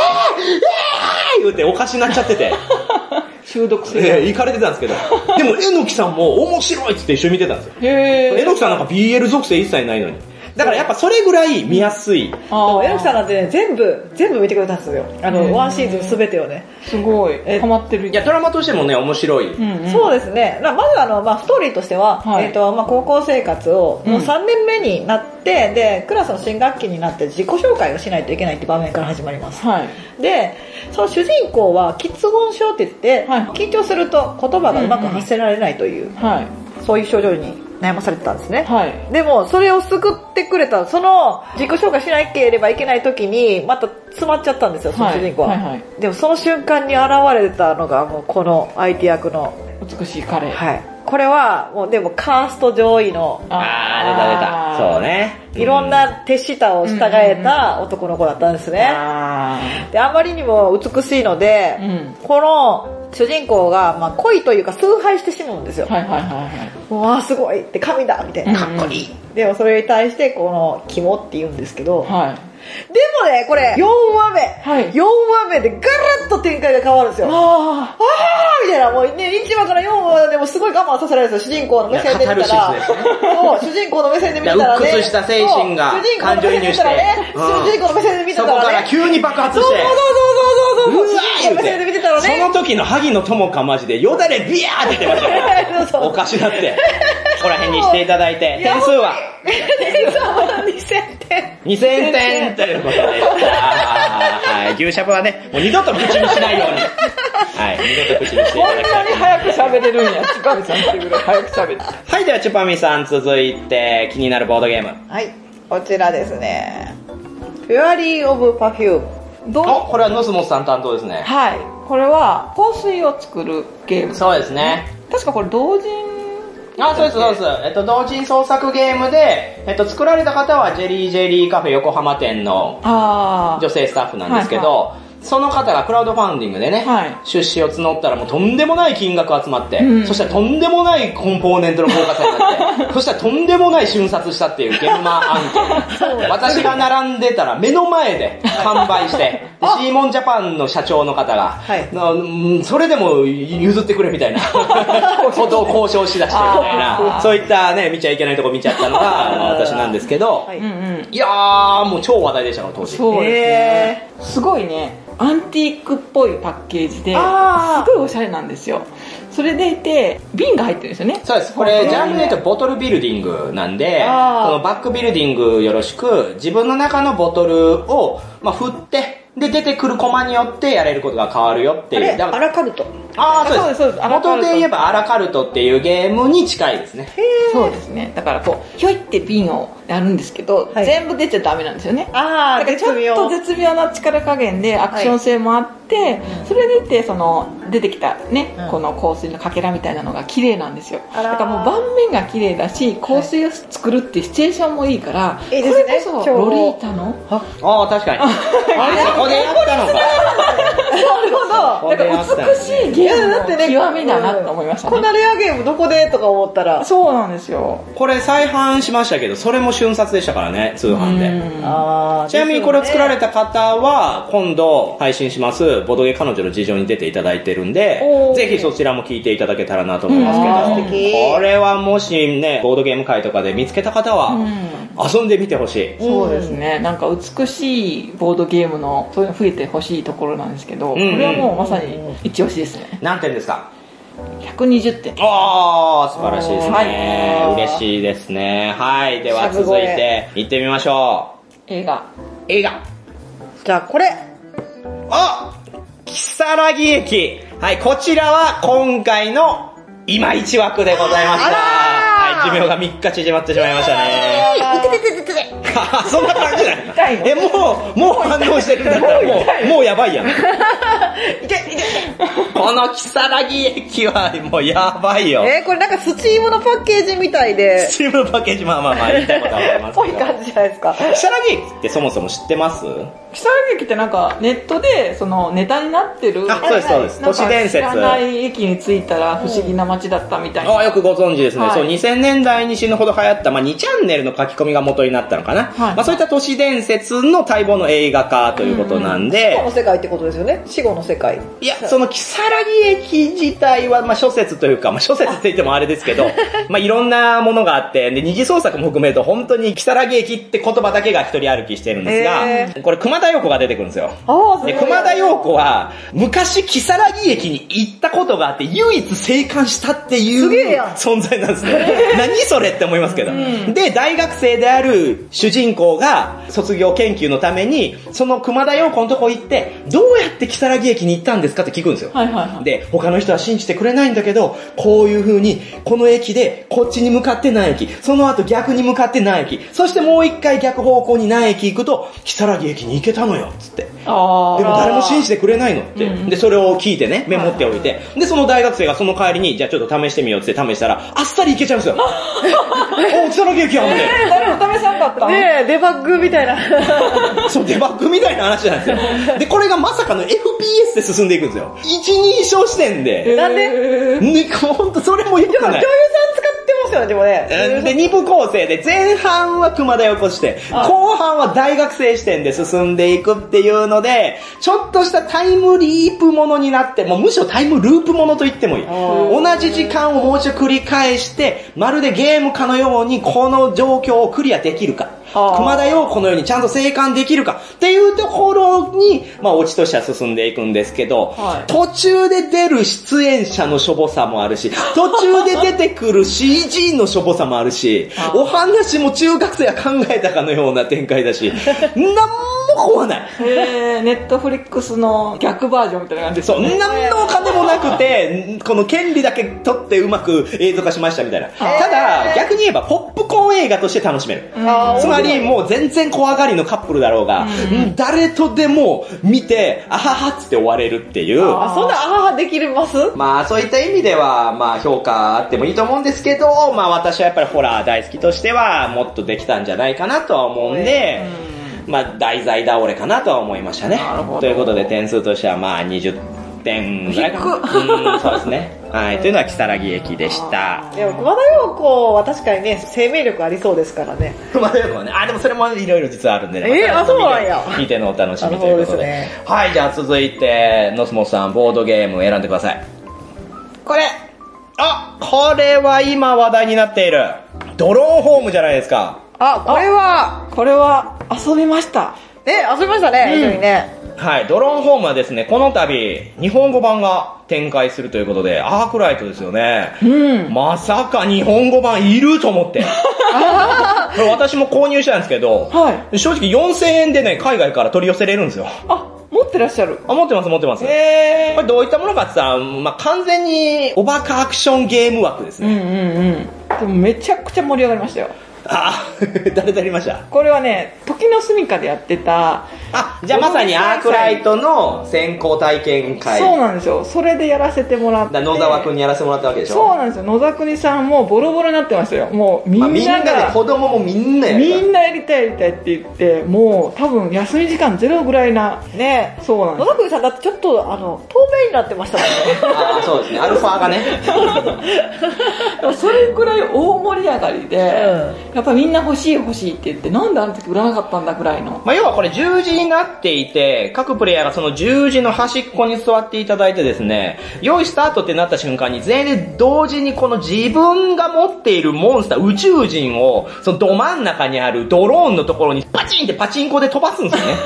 Speaker 2: 言うておかしになっちゃって て。
Speaker 4: 中毒性。
Speaker 2: えー行かれてたんですけど。でも、えのきさんも面白いっつって一緒に見てたんですよ。
Speaker 4: へ
Speaker 2: えのきさんなんか BL 属性一切ないのに。だからやっぱそれぐらい見やすい。
Speaker 4: あ
Speaker 3: そう
Speaker 4: ー
Speaker 3: エロキさんなんてね、全部、全部見てくれたんですよ。あ
Speaker 4: へー
Speaker 3: の、ワンシーズンすべてをね。
Speaker 4: すごい。
Speaker 3: え
Speaker 4: ハマってる。
Speaker 2: いや、ドラマとしてもね、面白い。
Speaker 4: うんうん。
Speaker 3: そうですね。なまずあの、まあ、ストーリーとしては、
Speaker 4: はい
Speaker 3: えっ、と、まあ、高校生活をもう3年目になって、で、クラスの新学期になって自己紹介をしないといけないって場面から始まります。
Speaker 4: はい。
Speaker 3: で、その主人公は、喫音症って言って、
Speaker 4: はい
Speaker 3: 緊張すると言葉がうまく発せられないという、
Speaker 4: はい。
Speaker 3: そういう症状に悩まされてたんですね。
Speaker 4: はい。
Speaker 3: でも、それを救ってくれた、その、自己紹介しなければいけない時に、また詰まっちゃったんですよ、その主人公は。
Speaker 4: はいはいは
Speaker 3: でも、その瞬間に現れたのが、もうこの相手役の
Speaker 4: 美しい彼。
Speaker 3: はい。これは、もうでもカースト上位の、
Speaker 2: あー、出た出た。そう。ね。
Speaker 3: いろんな手下を従えた男の子だったんですね。
Speaker 4: あ
Speaker 3: で、あまりにも美しいので
Speaker 4: ー、うん。
Speaker 3: この主人公が、まあ、恋というか崇拝してしまうんですよ。
Speaker 4: はいはいはい
Speaker 3: もうあーすごいって神だみたいな。
Speaker 4: うんうん
Speaker 3: かっこいい。でもそれに対して、この、肝って言うんですけど、
Speaker 4: はい。はい。
Speaker 3: でもね、これ、4話目、
Speaker 4: はい
Speaker 3: 4話目でガラッと展開が変わるんですよ。
Speaker 4: あ
Speaker 3: あーみたいな、もうね、1話から4話でもすごい我慢させられるんですよ、主人公の目線で見た
Speaker 2: い
Speaker 3: ら。
Speaker 2: やカタルシスです
Speaker 3: そう、主人公の目線で見たら
Speaker 2: い
Speaker 3: ね。
Speaker 2: や鬱屈した精神が
Speaker 3: そう主人公の目線で見たらね、
Speaker 2: 感
Speaker 3: 主
Speaker 2: 情移入して
Speaker 3: 人公の目線で見
Speaker 2: そ
Speaker 3: た
Speaker 2: こ
Speaker 3: らね。
Speaker 2: から急に爆発
Speaker 3: そう
Speaker 2: し
Speaker 3: そう
Speaker 2: て。
Speaker 3: そうそうそう
Speaker 2: うわ
Speaker 3: そう。主
Speaker 2: ー
Speaker 3: 人公の目線で見てたら
Speaker 2: その
Speaker 3: ね。
Speaker 2: 時の萩野友香マジでよだれビヤーって出てましたよ。
Speaker 3: そう
Speaker 2: おかしなって。ここら辺にしていただいて。
Speaker 3: いや
Speaker 2: 点数は
Speaker 3: 点数はまだ2000点。
Speaker 2: 2000点ということで。あーはい。牛しゃぶはね、もう二度と口にしないように。はい。二度と口にしてい
Speaker 4: ーこ
Speaker 2: ただ
Speaker 4: ん
Speaker 2: き
Speaker 4: な
Speaker 2: たい
Speaker 4: に。早く喋れる んや。ちかみさんっていうぐらい早く喋れる。
Speaker 2: はい、ではチュパミさん続いて気になるボードゲーム。
Speaker 3: はい、こちらですね。フェアリー・オブ・パフューム。どう
Speaker 2: お、これはノスモスさん担当ですね。
Speaker 4: はい。これは、香水を作るゲーム。
Speaker 2: そうですね。
Speaker 4: 確かこれ同人。
Speaker 2: あ、そうです、そうです。えっと、同人創作ゲームで、えっと、作られた方はジェリージェリーカフェ横浜店の
Speaker 4: あー
Speaker 2: 女性スタッフなんですけど、その方がクラウドファンディングでね、
Speaker 4: はい
Speaker 2: 出資を募ったらもうとんでもない金額集まって、
Speaker 4: うん
Speaker 2: そしたらとんでもないコンポーネントの効果差になって そしたらとんでもない瞬殺したっていう現場案件私が並んでたら目の前で完売して でシーモンジャパンの社長の方が、
Speaker 3: はい
Speaker 2: なうんそれでも譲ってくれみたいな ことを交渉しだしてみたい
Speaker 4: あ
Speaker 2: な
Speaker 4: ー
Speaker 2: そういったね見ちゃいけないとこ見ちゃったのがあ の私なんですけど、、
Speaker 3: はいい
Speaker 4: うんうん。
Speaker 2: やーもう超話題でしたの当時
Speaker 4: そうですね
Speaker 3: へ。
Speaker 4: すごいね、アンティークっぽいパッケージで、す
Speaker 3: あー
Speaker 4: ごいおしゃれなんですよ。それでいて、瓶が入ってるんですよね。
Speaker 2: そうです。これ、ジャンルで言うとボトルビルディングなんで、こ
Speaker 4: あー
Speaker 2: のバックビルディングよろしく、自分の中のボトルを、まあ、振って、で、出てくるコマによってやれることが変わるよって
Speaker 3: あ
Speaker 2: い
Speaker 3: れ
Speaker 2: う。だか
Speaker 3: ア
Speaker 2: ら
Speaker 3: ラカルト。
Speaker 2: あー、そうです、
Speaker 4: そ
Speaker 2: そううです
Speaker 4: で
Speaker 2: す。
Speaker 4: アラカルト
Speaker 2: 元で言えばアラカルトっていうゲームに近いですね。
Speaker 4: そうですね。だからこう、ひょいって瓶をやるんですけど、
Speaker 3: はい
Speaker 4: 全部出ちゃダメなんですよね。
Speaker 3: あ
Speaker 4: だからちょっと絶妙な力加減でアクション性もあって、それでいてその出てきたね、
Speaker 3: うん
Speaker 4: この香水のかけらみたいなのが綺麗なんですよ
Speaker 3: あら
Speaker 4: だ
Speaker 3: ー
Speaker 4: からもう盤面が綺麗だし香水を作るっていうシチュエーションもいいから、
Speaker 3: いいですね
Speaker 4: これこそ
Speaker 3: 調
Speaker 4: ロ
Speaker 3: 合
Speaker 4: リータの
Speaker 2: ああ、確かに。あー、そこでやったのか。
Speaker 3: なるほど。
Speaker 4: だから美しい
Speaker 3: い
Speaker 4: ゲ
Speaker 3: や、だ
Speaker 4: ー
Speaker 3: って
Speaker 4: ム
Speaker 3: ね、
Speaker 4: の極みだなと思いました
Speaker 3: うんこん
Speaker 4: ね、
Speaker 3: なレアゲームどこでとか思ったら。
Speaker 4: そうなんですよ
Speaker 2: これ再販しましたけど、それも瞬殺でしたからね、通販で。
Speaker 4: う
Speaker 3: あー
Speaker 2: ちなみにこれを作られ
Speaker 3: で
Speaker 2: た方は、今度配信します、ボドゲ彼女の事情に出ていただいてるんで
Speaker 3: お、ー
Speaker 2: ぜひそちらも聞いていただけたらなと思います
Speaker 3: あー素
Speaker 2: けど、
Speaker 3: 敵
Speaker 2: これはもしね、ボードゲーム会とかで見つけた方は、
Speaker 4: ん
Speaker 2: 遊んでみてほしい。
Speaker 4: そうですね、なんか美しいボードゲームのそういうの増えてほしいところなんですけど、
Speaker 2: うんうん
Speaker 4: これはもうまさに一押しですね
Speaker 2: 何点ですか
Speaker 4: 120点
Speaker 2: おー、素晴らしいですね。
Speaker 4: はい
Speaker 2: 嬉しいですね。はい、では
Speaker 3: しゃぶ
Speaker 2: 続い
Speaker 3: 声
Speaker 2: て、行ってみましょ
Speaker 4: 映画
Speaker 2: う。映画。
Speaker 3: じゃあこれ
Speaker 2: あ木更木駅。はい、こちらは今回の今一枠でございました。
Speaker 3: あらー
Speaker 2: はい、寿命が3日縮まってしまいましたね。
Speaker 1: いててててて。
Speaker 2: あそんな感じじゃな
Speaker 4: 痛い
Speaker 2: い
Speaker 4: の
Speaker 2: え、もう、もう反応してるんだったら、もう、もうやばいやん。
Speaker 3: いけいけ
Speaker 2: この木更木駅はもうやばいよ。
Speaker 3: えー、これなんかスチームのパッケージみたいで
Speaker 2: スチームのパッケージ、まあまあまあ、言いたいことはあります
Speaker 3: ぽ
Speaker 2: け
Speaker 3: い
Speaker 2: ど。
Speaker 3: 感じじゃないですか
Speaker 2: 木更木駅ってそもそも知ってます
Speaker 4: 木更木駅ってなんかネットでそのネタになってる
Speaker 2: あそうですそうです
Speaker 4: なんか
Speaker 2: 都市伝説
Speaker 4: 知らない駅に着いたら不思議な街だったみたいな、
Speaker 2: ああ、よくご存知ですね。
Speaker 4: はい
Speaker 2: そう、2000年代に死ぬほど流行った、まあ、2チャンネルの書き込みが元になったのかな。
Speaker 4: はい
Speaker 2: まあ、そういった都市伝説の待望の映画化ということなんで、
Speaker 3: 死後の世界ってことですよね死後の世界
Speaker 2: いや、その、木更木駅自体は、まあ、諸説というか、まあ、諸説って言ってもあれですけど、まあ、いろんなものがあって、で、二次創作も含めると、本当に木更木駅って言葉だけが一人歩きしてるんですが、
Speaker 3: へ
Speaker 2: これ、熊田陽子が出てくるんですよ。
Speaker 3: ああすご
Speaker 2: で、
Speaker 3: い
Speaker 2: 熊田陽子は、昔、木更木駅に行ったことがあって、唯一生還したってい
Speaker 3: すげえ
Speaker 2: う
Speaker 3: やん
Speaker 2: 存在なんですね。何それって思いますけど。で、大学生である主人公が、卒業研究のために、その熊田陽子のとこ行って、どうやって木更木駅に行ったんですかって聞くんですよ。
Speaker 4: はいはいはい
Speaker 2: で、他の人は信じてくれないんだけど、こういう風に、この駅で、こっちに向かって何駅、その後逆に向かって何駅、そしてもう一回逆方向に何駅行くと、木更木駅に行けたのよ、つって。
Speaker 4: あ
Speaker 2: でも
Speaker 4: あ
Speaker 2: 誰も信じてくれないのって。
Speaker 4: うん
Speaker 2: で、それを聞いてね、メモっておいて。で、その大学生がその帰りに、じゃあちょっと試してみようって試したら、あっさりいけちゃうんですよ。 お、木更木駅やんって。
Speaker 4: 誰も試さなかった
Speaker 3: ねえデバッグみたい な
Speaker 2: そう、デバッグみたいな話なんですよ。で、これがまさかの FPS で進んでいくんですよ。一人称視点で。
Speaker 3: なんで
Speaker 4: で
Speaker 2: ね、ほんと、それもよ
Speaker 3: で
Speaker 2: く
Speaker 3: も女
Speaker 2: な
Speaker 3: 優さん使
Speaker 2: い。
Speaker 3: ってますよねでもね
Speaker 2: で、二部構成で、前半は熊田横視点、
Speaker 4: あ
Speaker 2: 後半は大学生視点で進んでいくっていうので、ちょっとしたタイムリープものになって、もうむしろタイムループものと言ってもいい。同じ時間をもう一度繰り返して、まるでゲームかのようにこの状況をクリアできるか。
Speaker 4: あー
Speaker 2: 熊田陽子のようにちゃんと生還できるかっていうところに、まあ、オチとしては進んでいくんですけど、
Speaker 4: はい
Speaker 2: 途中で出る出演者のしょぼさもある し、途中で出てくる CG のしょぼさもあるし
Speaker 4: あ、ー
Speaker 2: お話も中学生が考えたかのような展開だし、なんも怖ない。
Speaker 4: へーネットフリックスの逆バージョンみたいな感じです
Speaker 2: そ
Speaker 4: よ
Speaker 2: う、
Speaker 4: ね
Speaker 2: 何のお金もなくて、この権利だけ取ってうまく映像化しましたみたいな。ただ、逆に言えばポップコーン映画として楽しめる。
Speaker 3: あー
Speaker 2: つまりもう全然怖がりのカップルだろうが、誰とでも見て、あははっつって終われるっていう。
Speaker 4: あ
Speaker 3: あそんなあははできるます
Speaker 2: まあそういった意味では、まあ評価あってもいいと思うんですけど、まあ私はやっぱりホラー大好きとしては、もっとできたんじゃないかなとは思うんで、まあ題材倒れかなとは思いましたね
Speaker 4: なるほ。ど
Speaker 2: ということで点数としてはまあ20点ぐらいかな。うん、そうですね。はい、というのは木更木駅でした。
Speaker 3: でも熊田陽子は確かにね生命力ありそうですからね
Speaker 2: 熊田曜子はね、あ、でもそれもいろいろ実はあるんでね。
Speaker 3: えーあそうなんや
Speaker 2: 聞いてのお楽しみということで。
Speaker 3: なるほどです
Speaker 2: はい、じゃあ続いて、ノスモさん、ボードゲーム選んでください。
Speaker 3: これ
Speaker 2: あ、これは今話題になっている。ドローンホームじゃないですか。
Speaker 3: あこれは
Speaker 4: これは遊びました
Speaker 3: ね遊びましたね一緒にね
Speaker 2: はい、ドローンホームはですね、この度、日本語版が展開するということで、アークライトですよね。
Speaker 4: うん
Speaker 2: まさか日本語版いると思 って。これ私も購入したんですけど、
Speaker 4: は
Speaker 2: 正直4000円でね、海外から取り寄せれるんですよ。
Speaker 4: あ持ってらっしゃる
Speaker 2: あ、持ってます持ってます。
Speaker 4: へ
Speaker 2: これどういったものかって言ったら、まあ、完全に、おバカアクションゲーム枠です
Speaker 4: うん
Speaker 2: ね。
Speaker 4: うんうんでもめちゃくちゃ盛り上がりましたよ
Speaker 2: あ、 誰とやりました
Speaker 4: これはね時の住みかでやってた
Speaker 2: あ、じゃあまさにアークライトの先行体験会。
Speaker 4: そうなんですよそれでやらせてもらって
Speaker 2: だ野沢くんにやらせてもらったわけでしょ
Speaker 4: そうなんですよ野沢国さんもボロボロになってましたよもうみん
Speaker 2: ま
Speaker 4: な
Speaker 2: あみんなで
Speaker 4: が、
Speaker 2: 子供もみんなや
Speaker 4: み
Speaker 2: る
Speaker 4: んなやりたいやりたいって言ってもう多分休み時間ゼロぐらいな
Speaker 3: ねえ
Speaker 4: そうなんで
Speaker 3: 野
Speaker 4: す
Speaker 3: 田君さんだってちょっとあの透明になってましたもんね
Speaker 2: ああそうですね アルファがね
Speaker 4: でもそれぐらい大盛り上がりで、やっぱりみんな欲しい欲しいって言って、なんであの時売らなかったんだぐらいの。
Speaker 2: まあ、要はこれ十字になっていて、各プレイヤーがその十字の端っこに座っていただいてですね、用意スタートってなった瞬間に全員で同時にこの自分が持っているモンスター、宇宙人を、そのど真ん中にあるドローンのところにパチンってパチンコで飛ばすんですよね。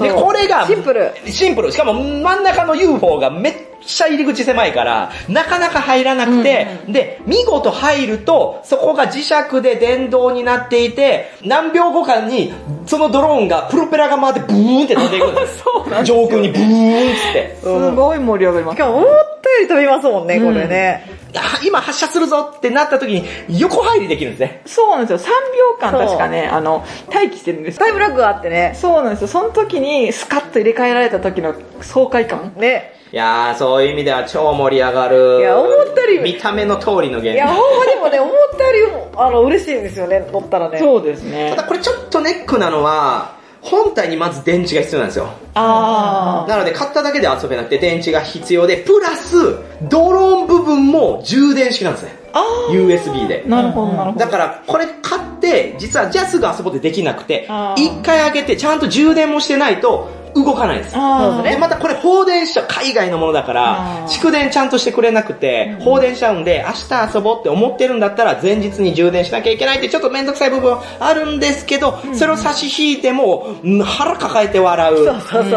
Speaker 2: で、これが、
Speaker 3: シンプル。
Speaker 2: シンプル。しかも真ん中の UFO がめっちゃ入り口狭いから、なかなか入らなくて、で、見事入ると、そこが磁石で電動になっていて、何秒後かに、そのドローンが、プロペラが回ってブーンって飛んでいくん です
Speaker 4: そうなんです
Speaker 2: 上空にブーンっつって。
Speaker 4: すごい盛り上がりま す。
Speaker 3: 今日思ったより飛びますもんね、これね。
Speaker 2: あ今発射するぞってなった時に、横入りできるんですね。
Speaker 4: そうなんですよ。3秒間
Speaker 3: そう
Speaker 4: 確かね、あの、待機してるんです
Speaker 3: タイムラグがあってね。
Speaker 4: そうなんですよ。その時にスカッと入れ替えられた時の爽快感。
Speaker 3: ね。
Speaker 2: いやー、そういう意味では超盛り上がる。
Speaker 3: いや思ったより
Speaker 2: 見た目の通りのゲ
Speaker 3: いや、
Speaker 2: ーム。
Speaker 3: ほんまでもね、思ったより、あの、嬉しいんですよね、乗ったらね。う。
Speaker 4: そうですね
Speaker 2: ただ。これちょっとネックなのは、本体にまず電池が必要なんですよ。
Speaker 4: あ
Speaker 2: なので買っただけで遊べなくて電池が必要で、プラス、ドローン部分も充電式なんですね。
Speaker 4: ーあ
Speaker 2: USB で
Speaker 4: ー。。なるほど、なるほど。
Speaker 2: だから、これ買って、実はじゃあすぐ遊ぼうってできなくて
Speaker 4: あ、ー
Speaker 2: 一回開けてちゃんと充電もしてないと動かないんです。
Speaker 4: あー
Speaker 2: で、またこれ放電しちゃう。海外のものだか
Speaker 4: あ
Speaker 2: ら
Speaker 4: ー、
Speaker 2: 蓄電ちゃんとしてくれなくて、放電しちゃうんで、明日遊ぼうって思ってるんだったら、前日に充電しなきゃいけないって、ちょっとめんどくさい部分あるんですけど、それを差し引いても、うん腹抱えて笑う。
Speaker 3: そうそうそう。
Speaker 4: うん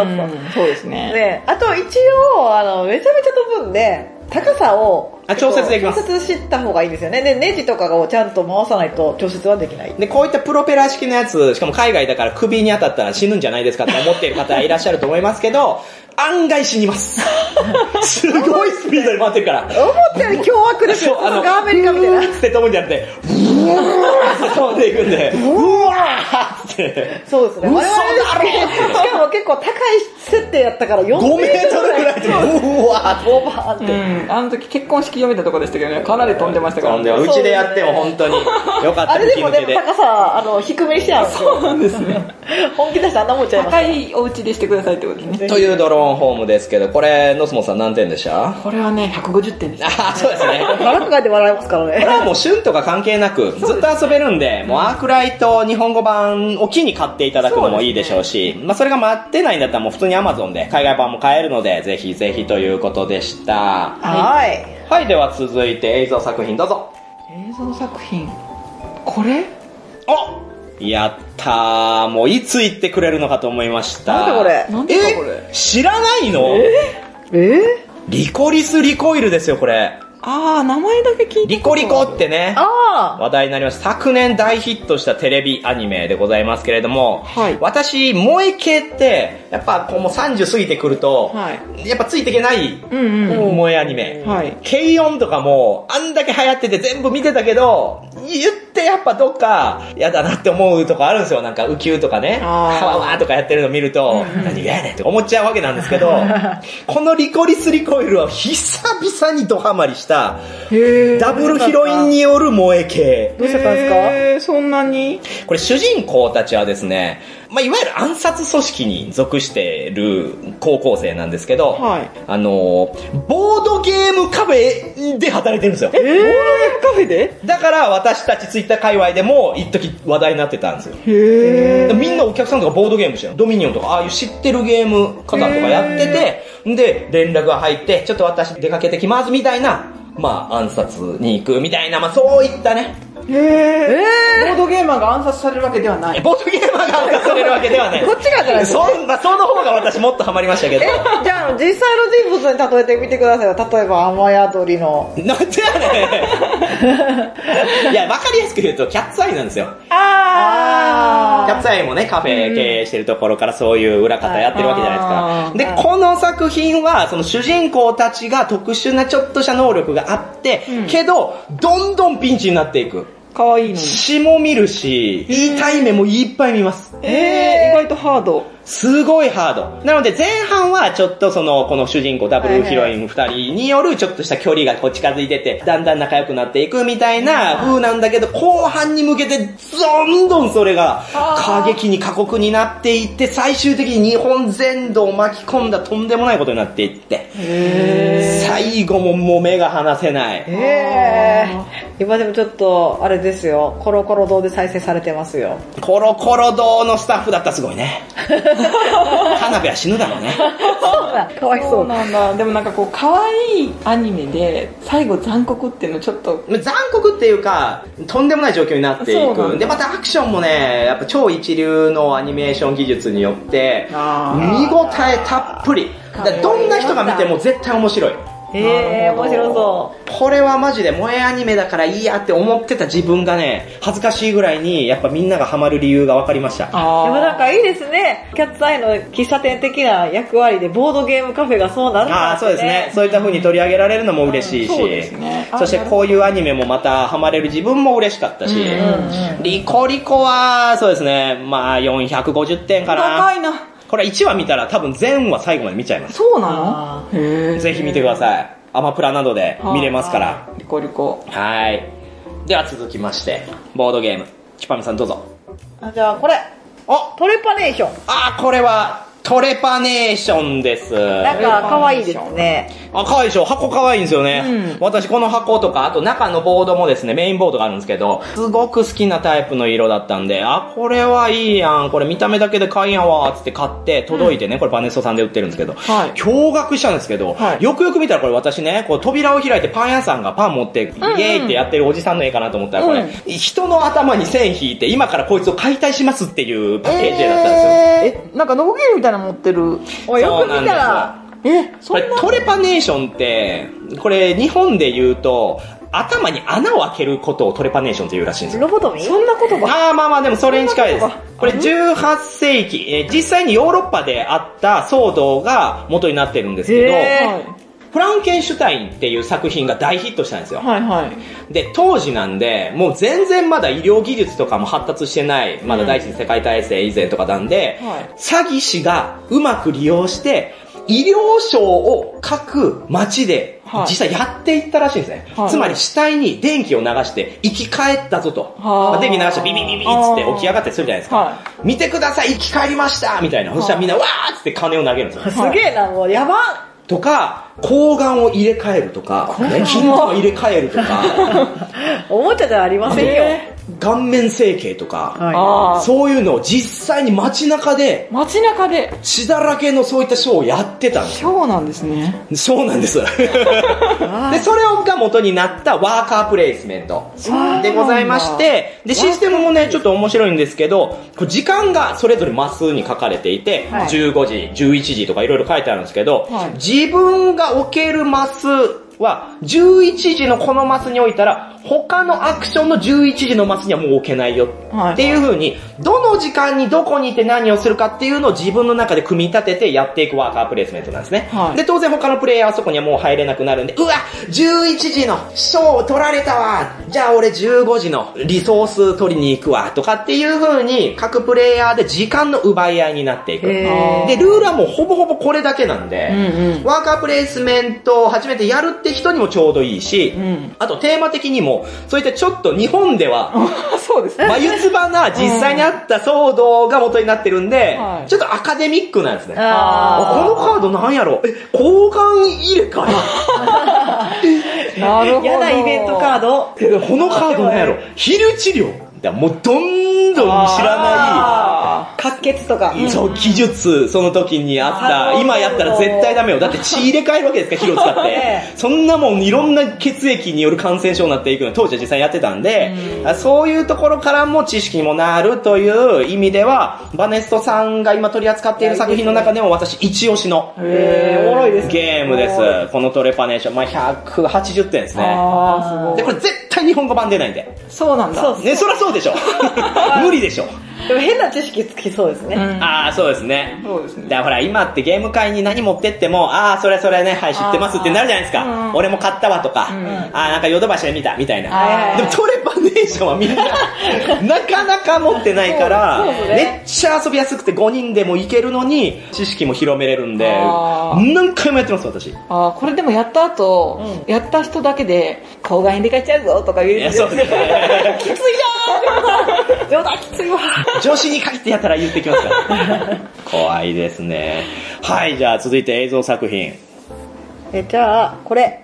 Speaker 4: そうですね。
Speaker 3: ね、あと一応、あの、めちゃめちゃ飛ぶんで、高さを、
Speaker 2: あ調節できます
Speaker 3: 調節した方がいいんですよね。で、ネジとかをちゃんと回さないと調節はで きない。
Speaker 2: で、こういったプロペラ式のやつ、しかも海外だから首に当たったら死ぬんじゃないですかって思っている方いらっしゃると思いますけど、 案外死に ます。すごいスピードで回ってるから。
Speaker 3: 思ったより凶悪ですよ。
Speaker 2: そうあの
Speaker 3: ガーメリカみたいな
Speaker 2: ブ。ーって飛ぶんじゃなくて、ブーって飛んでいくんで、うわーって。
Speaker 3: そうですね。
Speaker 2: 嘘だろ
Speaker 3: ろしかも結構高い設定やったから4
Speaker 2: 5メートルぐらいで、
Speaker 3: で。
Speaker 2: うわ
Speaker 3: オーバーって。
Speaker 4: うん、あの時結婚式読めたとこでしたけどね、かなり飛んでましたから、ね。
Speaker 2: ーって。うちでやっても本当に、よかった、
Speaker 3: あれでも
Speaker 2: 吹き抜け、
Speaker 3: ね
Speaker 2: で。
Speaker 3: 高さ、あの、低めにしてあるんですよ。
Speaker 4: そうですね。
Speaker 3: 本気出してあんなもんちゃいま
Speaker 4: 高
Speaker 3: す。
Speaker 4: いお家でしてくださいってことですね。
Speaker 2: というドローンホームですけど、これ、ノスモさん何点で した
Speaker 4: これはね、150点でした。
Speaker 2: ああ、そうですね。
Speaker 3: バラクガで笑いますから
Speaker 2: これ
Speaker 3: ね。
Speaker 2: はもう旬とか関係なく、ずっと遊べるんで、もうアークライト日本語版を機に買っていただくのもいいでしょうし、まあそれが待ってないんだったらもう普通に Amazon で海外版も買えるので、ぜひぜひということでした。
Speaker 3: はい。
Speaker 2: はい、では続いて映像作品どうぞ。
Speaker 4: 映像作品。これ
Speaker 2: おやったー。もういつ言ってくれるのかと思いました。
Speaker 3: なんだこれ
Speaker 4: なんでかこれ
Speaker 2: え知らないの
Speaker 3: え
Speaker 2: リコリスリコイルですよ、これ。
Speaker 4: あー、名前だけ聞いて
Speaker 2: リコリコってね。
Speaker 3: あ
Speaker 2: 話題になりました。昨年大ヒットしたテレビアニメでございますけれども、
Speaker 4: はい
Speaker 2: 私、萌え系って、やっぱこうもう30過ぎてくると、
Speaker 4: はい。
Speaker 2: やっぱついていけない
Speaker 4: うんうん。
Speaker 2: 萌えアニメ。
Speaker 4: はい。
Speaker 2: 軽音とかも、あんだけ流行ってて全部見てたけど、言ってやっぱどっか、やだなって思うとかあるんですよ。なんか、ウキューとかね、
Speaker 4: あー
Speaker 2: ハワワーとかやってるの見ると、何がやねんって思っちゃうわけなんですけ ど、このリコリスリコイルは久々にドハマりした、
Speaker 4: へ
Speaker 2: ダブルヒロインによる萌え系。
Speaker 3: どうしちゃったんですか
Speaker 4: へーそんなに
Speaker 2: これ主人公たちはですね、まあ、いわゆる暗殺組織に属している高校生なんですけど、
Speaker 4: はい
Speaker 2: あのー、ボードゲームカフェで働いてるんですよ。
Speaker 4: えー、ボードゲームカフェで
Speaker 2: だから私たちツイッター界隈でも一時話題になってたんですよ。
Speaker 4: へ
Speaker 2: でみんなお客さんとかボードゲームしてるのドミニオンとか、ああいう知ってるゲーム方とかやってて、で、連絡が入って、ちょっと私出かけてきますみたいな、まあ暗殺に行くみたいな、まあそういったね、
Speaker 4: ー。へー。ボードゲーマーが暗殺されるわけではない。
Speaker 2: ボードゲーマーが暗殺されるわけではない。
Speaker 3: こっちがじゃないです
Speaker 2: そ
Speaker 3: か
Speaker 2: んな、その方が私もっとハマりましたけど。
Speaker 3: あ。 じゃあ、実際の人物に例えてみてくださいよ。例えば、雨宿りの。
Speaker 2: なんでやねん。いや、わかりやすく言うと、キャッツアイなんですよ。キ
Speaker 4: あ
Speaker 2: ャッツアイもね、カフェ経営してるところからそういう裏方やってるわけじゃ
Speaker 4: あ
Speaker 2: ない
Speaker 4: ー
Speaker 2: ですか。で、この作品は、その主人公たちが特殊なちょっとした能力があって、けど、どんどんピンチになっていく。
Speaker 4: ー。かわいいのに。
Speaker 2: 血も見るし、痛い目もいっぱい見ます。
Speaker 4: えー、意外とハード。
Speaker 2: すごいハード。なので前半はちょっとその、この主人公ダブルヒロイン二人によるちょっとした距離がこう近づいてて、だんだん仲良くなっていくみたいな風なんだけど、後半に向けてどんどんそれが過激に過酷になっていって、最終的に日本全土を巻き込んだとんでもないことになっていって、最後ももう目が離せない。
Speaker 3: えー、今でもちょっと、あれですよ、コロコロ堂で再生されてますよ。
Speaker 2: コロコロ堂のスタッフだったらすごい ね。田辺は死ぬだろうね。
Speaker 3: かわい
Speaker 4: そ
Speaker 3: そうう。
Speaker 4: なんだでもなんかこう可愛いアニメで最後残酷っていうのちょっと
Speaker 2: 残酷っていうか、とんでもない状況になって
Speaker 4: そ
Speaker 2: いう
Speaker 4: なん
Speaker 2: く。
Speaker 4: だ
Speaker 2: で、またアクションもね、やっぱ超一流のアニメーション技術によって、
Speaker 4: あ
Speaker 2: 見応えたっぷり。だからどんな人が見ても絶対面白い。
Speaker 3: えー、面白そ
Speaker 2: これはマジで萌えアニメだからいいやって思ってた自分がね、恥ずかしいぐらいに、やっぱみんながハマる理由が分かりました。
Speaker 3: う。
Speaker 4: あ
Speaker 3: でもなん
Speaker 4: ー
Speaker 3: かいいですね。キャッツアイの喫茶店的な役割でボードゲームカフェがそうなるんだ
Speaker 2: ああ、
Speaker 3: って
Speaker 2: そうですね。そういった風に取り上げられるのも嬉しいし、
Speaker 4: そうですねあ
Speaker 2: そしてこういうアニメもまたハマれる自分も嬉しかったし、リコリコは、そうですね、まあ450点かな。
Speaker 4: 高いな
Speaker 2: これ1話見たら多分全話最後まで見ちゃいます。
Speaker 4: そうな
Speaker 3: あ
Speaker 4: のへえ
Speaker 2: ぜひ見てください。アマプラなどで見れますから。
Speaker 4: リコリコ
Speaker 2: はい。では続きまして、ボードゲーム。チュパミさんどうぞ。
Speaker 3: あじゃあこれ、
Speaker 2: お
Speaker 3: トレパネーション。
Speaker 2: あー、これは、トレパネーションです。
Speaker 3: なん
Speaker 2: あ、
Speaker 3: か可愛いですね。
Speaker 2: 可愛いでしょ箱可愛いんですよね。
Speaker 4: うん
Speaker 2: 私この箱とか、あと中のボードもですね、メインボードがあるんですけど、すごく好きなタイプの色だったんで、あ、これはいいやん。これ見た目だけで買いやんわ。つって買って、届いてね、これバネストさんで売ってるんですけど、
Speaker 4: はい
Speaker 2: 驚愕したんですけど、
Speaker 4: はい
Speaker 2: よくよく見たらこれ私ね、こう扉を開いてパン屋さんがパン持って、イエーイってやってるおじさんの絵かなと思ったら、これ、
Speaker 4: うん
Speaker 2: 人の頭に線引いて、今からこいつを解体しますっていうパッケージだったんですよ。
Speaker 4: えーなんかノコギリみたいなの持ってる
Speaker 3: およく見たら、
Speaker 4: えそ
Speaker 2: こ
Speaker 4: ん
Speaker 2: れ
Speaker 4: な
Speaker 2: トレパネーションって、これ日本で言うと、頭に穴を開けることをトレパネーションって言うらしいんですよ。
Speaker 3: ロボトミー
Speaker 4: そんなことが
Speaker 2: ああ、まあまあでもそれに近いです
Speaker 4: そんなこと。
Speaker 2: これ18世紀、えー実際にヨーロッパであった騒動が元になってるんです
Speaker 3: へ
Speaker 2: け
Speaker 3: ー
Speaker 2: ど、フランケンシュタインっていう作品が大ヒットしたんですよ。
Speaker 4: はいはいはい
Speaker 2: で、当時なんで、もう全然まだ医療技術とかも発達してない、まだ第一次世界大戦以前とかなんで、
Speaker 4: はい
Speaker 2: 詐欺師がうまく利用して、医療省を各町で
Speaker 4: はい
Speaker 2: 実際やっていったらしいんですね。
Speaker 4: はい
Speaker 2: つまり死体に電気を流して生き返ったぞと。
Speaker 4: はあ
Speaker 2: まあ電気流してビビビビっつって起き上がったりするじゃないですか。
Speaker 4: は
Speaker 2: 見てください生き返りましたみたいな。そしたらみんなわーっつって金を投げるんですよ。
Speaker 3: すげえな、もう、やば
Speaker 2: とか、睾丸を入れ替えるとか、ね金玉を入れ替えると か、
Speaker 3: おもちゃじゃありませんよ。
Speaker 2: 顔面整形とか、
Speaker 3: は
Speaker 4: ああ
Speaker 2: そういうのを実際に街中で
Speaker 4: 街中で
Speaker 2: 血だらけのそういったショーをやってたんです。
Speaker 4: そうなんですね
Speaker 2: そうなんです。で、
Speaker 3: い。
Speaker 2: それが元になったワーカープレイスメントでございまして、で、システムもね、ちょっと面白いんですけど、こう時間がそれぞれマスに書かれていて、
Speaker 3: はい
Speaker 2: 15時、11時とかいろいろ書いてあるんですけど、
Speaker 4: はい
Speaker 2: 自分が置けるマスは、11時のこのマスに置いたら、他のアクションの11時のマスにはもう置けないよ
Speaker 4: はい
Speaker 2: っていう風に、どの時間にどこにいて何をするかっていうのを自分の中で組み立ててやっていくワーカープレイスメントなんですね。
Speaker 4: はい
Speaker 2: で、当然他のプレイヤーはそこにはもう入れなくなるんで、うわ !11 時の賞を取られたわじゃあ俺15時のリソース取りに行くわとかっていう風に、各プレイヤーで時間の奪い合いになっていく。
Speaker 3: へ
Speaker 4: ー
Speaker 2: で、ルールはもうほぼほぼこれだけなんで、
Speaker 4: うんうん
Speaker 2: ワーカープレイスメントを初めてやるって人にもちょうどいいし、
Speaker 4: ん
Speaker 2: あとテーマ的にも、そういったちょっと日本では、
Speaker 4: そうですね
Speaker 2: 眉唾な実際にあった騒動が元になってるんで
Speaker 4: は、い
Speaker 2: ちょっとアカデミックなんですね。あ
Speaker 3: あ
Speaker 2: このカードなんやろえ、交換入れ替
Speaker 4: なるほ
Speaker 3: ー
Speaker 4: ど
Speaker 3: 嫌なイベントカード。
Speaker 2: ええこのカードなんやろヒル治療だもうどんどん知ら
Speaker 4: あ
Speaker 3: 滑血とか。
Speaker 2: ない、そう、技術、その時にあっ
Speaker 3: なるほ
Speaker 2: た、
Speaker 3: ど
Speaker 2: 今やったら絶対ダメよ。だって血入れ替えるわけですか ら、ヒロ使って
Speaker 3: え。
Speaker 2: そんなもんいろんな血液による感染症になっていくの当時は実際やってたんで、あそういうところからも知識にもなるという意味では、バネストさんが今取り扱っている作品の中でも私一押しの
Speaker 4: ーへ
Speaker 3: おもろいですね
Speaker 2: ゲームです。このトレパネーション。まあ、180点ですね。
Speaker 4: ああ
Speaker 2: で、これ絶対日本語版出ないんで。
Speaker 4: そうなんだ
Speaker 3: そう
Speaker 2: ね、そらそうで しょ。無理でしょ。
Speaker 3: でも変な知識つきそうです
Speaker 4: う
Speaker 3: ね。
Speaker 4: ん
Speaker 2: ああ、そうですね。
Speaker 4: そうですね
Speaker 2: だからほら、今ってゲーム会に何持ってっても、ああ、それそれね、はい、知ってますってなるじゃないです
Speaker 4: あー
Speaker 2: か。
Speaker 4: うん
Speaker 2: 俺も買ったわとか、
Speaker 4: うん
Speaker 2: ああ、なんかヨドバシで見た、みたいな。
Speaker 4: はいはいはい
Speaker 2: でもトレパネーテンションはみんな、 なかなか持ってないから、
Speaker 4: そうそう
Speaker 2: め
Speaker 4: ね
Speaker 2: っちゃ遊びやすくて5人でもいけるのに、知識も広めれるんで、
Speaker 4: あー
Speaker 2: 何回もやってます、私。い
Speaker 4: あーこれでもやった後、
Speaker 3: う
Speaker 4: やった人だけで、口外にでかいちゃうぞとか言う
Speaker 2: や、そうですね。
Speaker 4: きついなー冗談きついわ
Speaker 2: 女子に限ってやったら言ってきますから。怖いですね。はい、じゃあ続いて映像作品。
Speaker 3: えじゃあこれ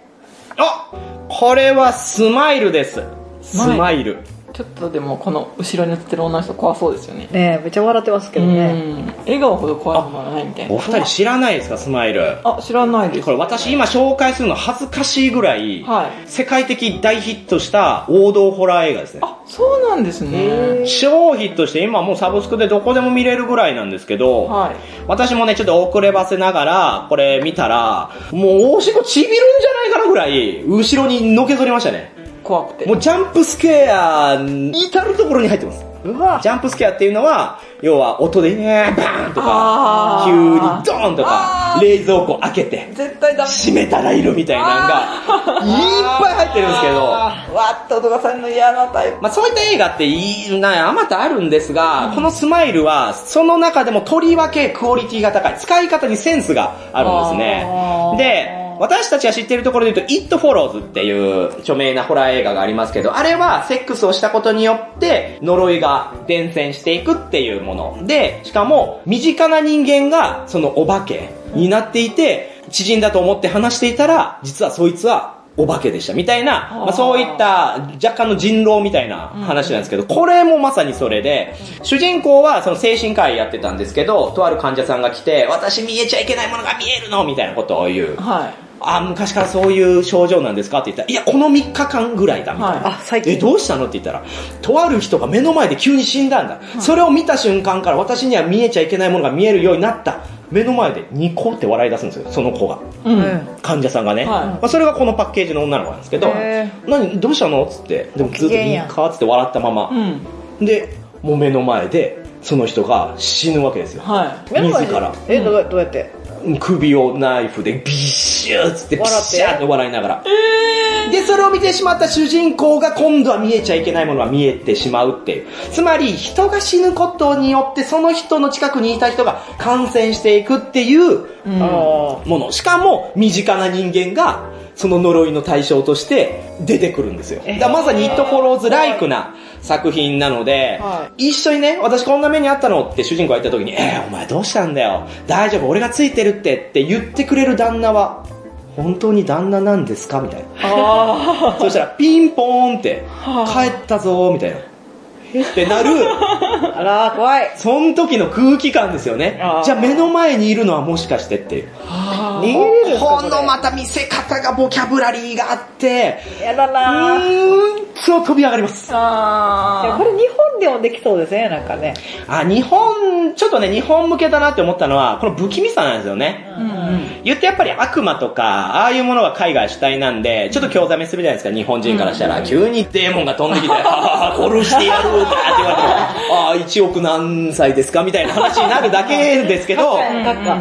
Speaker 2: あこれはスマイルです。スマイル。
Speaker 4: ちょっとでもこの後ろに映ってる女の人怖そうですよね
Speaker 3: ねめっちゃ笑ってますけどね
Speaker 4: うん笑顔ほど怖いものはないみたいな
Speaker 2: お二人知らないですか、スマイル。
Speaker 4: あ知らないです
Speaker 2: これ私今紹介するの恥ずかしいぐらい、
Speaker 4: はい
Speaker 2: 世界的大ヒットした王道ホラー映画ですね。
Speaker 4: あそうなんですね
Speaker 2: 超ヒットして今もうサブスクでどこでも見れるぐらいなんですけど、
Speaker 4: はい
Speaker 2: 私もね、ちょっと遅ればせながら、これ見たら、もうおしっこちびるんじゃないかなぐらい、後ろにのけぞりましたね。
Speaker 4: 怖くて
Speaker 2: もうジャンプスケア、至るところに入ってます。
Speaker 3: うわ
Speaker 2: ジャンプスケアっていうのは、要は音で、ね、バーンとか
Speaker 4: あ、ー
Speaker 2: 急にドーンとか
Speaker 4: あ、ー
Speaker 2: 冷蔵庫開けて、
Speaker 4: 絶対ダメ
Speaker 2: 閉めたらいるみたいなのが、いっぱい入ってるんですけど、
Speaker 4: あーわっと男さんの嫌なタイプ
Speaker 2: まあそういった映画っていいな、あまたあるんですが、このスマイルは、その中でもとりわけクオリティが高い。使い方にセンスがあるん
Speaker 4: あー
Speaker 2: ですね。で、私たちが知っているところで言うと、It Follows っていう著名なホラー映画がありますけど、あれはセックスをしたことによって呪いが伝染していくっていうもの。で、しかも身近な人間がそのお化けになっていて、知人だと思って話していたら、実はそいつはお化けでしたみたいな、まあ、そういった若干の人狼みたいな話なんですけど、これもまさにそれで、主人公はその精神科医やってたんですけど、とある患者さんが来て、私見えちゃいけないものが見えるのみたいなことを言う。
Speaker 4: はい
Speaker 2: あ、昔からそういう症状なんですかって言ったら、いや、この3日間ぐらいだ、みたいな。
Speaker 4: はい
Speaker 3: あ最
Speaker 2: え、
Speaker 3: 近
Speaker 2: どうしたのって言ったら、とある人が目の前で急に死んだんだ。それを見た瞬間から私には見えちゃいけないものが見えるようになった。目の前でニコって笑い出すんですよ、その子が。
Speaker 4: うん、
Speaker 3: うん
Speaker 2: 患者さんがね、
Speaker 4: はい
Speaker 2: まあ、それがこのパッケージの女の子なんですけど
Speaker 3: へ
Speaker 2: 「何どうしたの?」っつってでもずっと「いいか?」っつって笑ったまま、
Speaker 4: うん、
Speaker 2: でもう目の前でその人が死ぬわけですよ
Speaker 4: は
Speaker 3: 目の前で
Speaker 2: 自ら
Speaker 3: えどうどうやって
Speaker 2: 首をナイフでビシューっつってピ
Speaker 3: 笑って
Speaker 2: シャーって笑いながらでそれを見てしまった主人公が今度は見えちゃいけないものが見えてしまうっていうつまり人が死ぬことによってその人の近くにいた人が感染していくっていう
Speaker 4: い、う
Speaker 3: あ
Speaker 4: ん、
Speaker 3: の
Speaker 2: もの。しかも、身近な人間が、その呪いの対象として出てくるんですよ。だからまさに It Follows Like な作品なので、
Speaker 4: は
Speaker 2: 一緒にね、私こんな目にあったのって主人公が言った時に、えー、お前どうしたんだよ。大丈夫、俺がついてるってって言ってくれる旦那は、本当に旦那なんですかみたいな。
Speaker 4: あ
Speaker 2: そしたら、ピンポーンって
Speaker 4: は、あ
Speaker 2: 帰ったぞーみたいな。えってなる、
Speaker 3: あらー怖い
Speaker 2: その時の空気感ですよね
Speaker 4: あ。ー
Speaker 2: じゃあ目の前にいるのはもしかしてっていう。
Speaker 4: あ
Speaker 3: 逃げれるんですか
Speaker 2: こ
Speaker 3: これ
Speaker 2: のまた見せ方がボキャブラリーがあって、
Speaker 3: やだ
Speaker 2: う
Speaker 3: なー
Speaker 2: ーんと飛び上がります。
Speaker 3: いや
Speaker 4: あ
Speaker 3: これ日本でもできそうですねなんかね
Speaker 2: あ、日本、ちょっとね、日本向けだなって思ったのは、この不気味さなんですよね。
Speaker 4: うんうん
Speaker 2: 言ってやっぱり悪魔とか、ああいうものが海外主体なんで、ちょっと興ざめするじゃないですか、日本人からしたら。急にデーモンが飛んできて、ああ、殺してやるうかって言わ れても、ああ、1億何歳ですかみたいな話になるだけですけど、
Speaker 3: うんなんか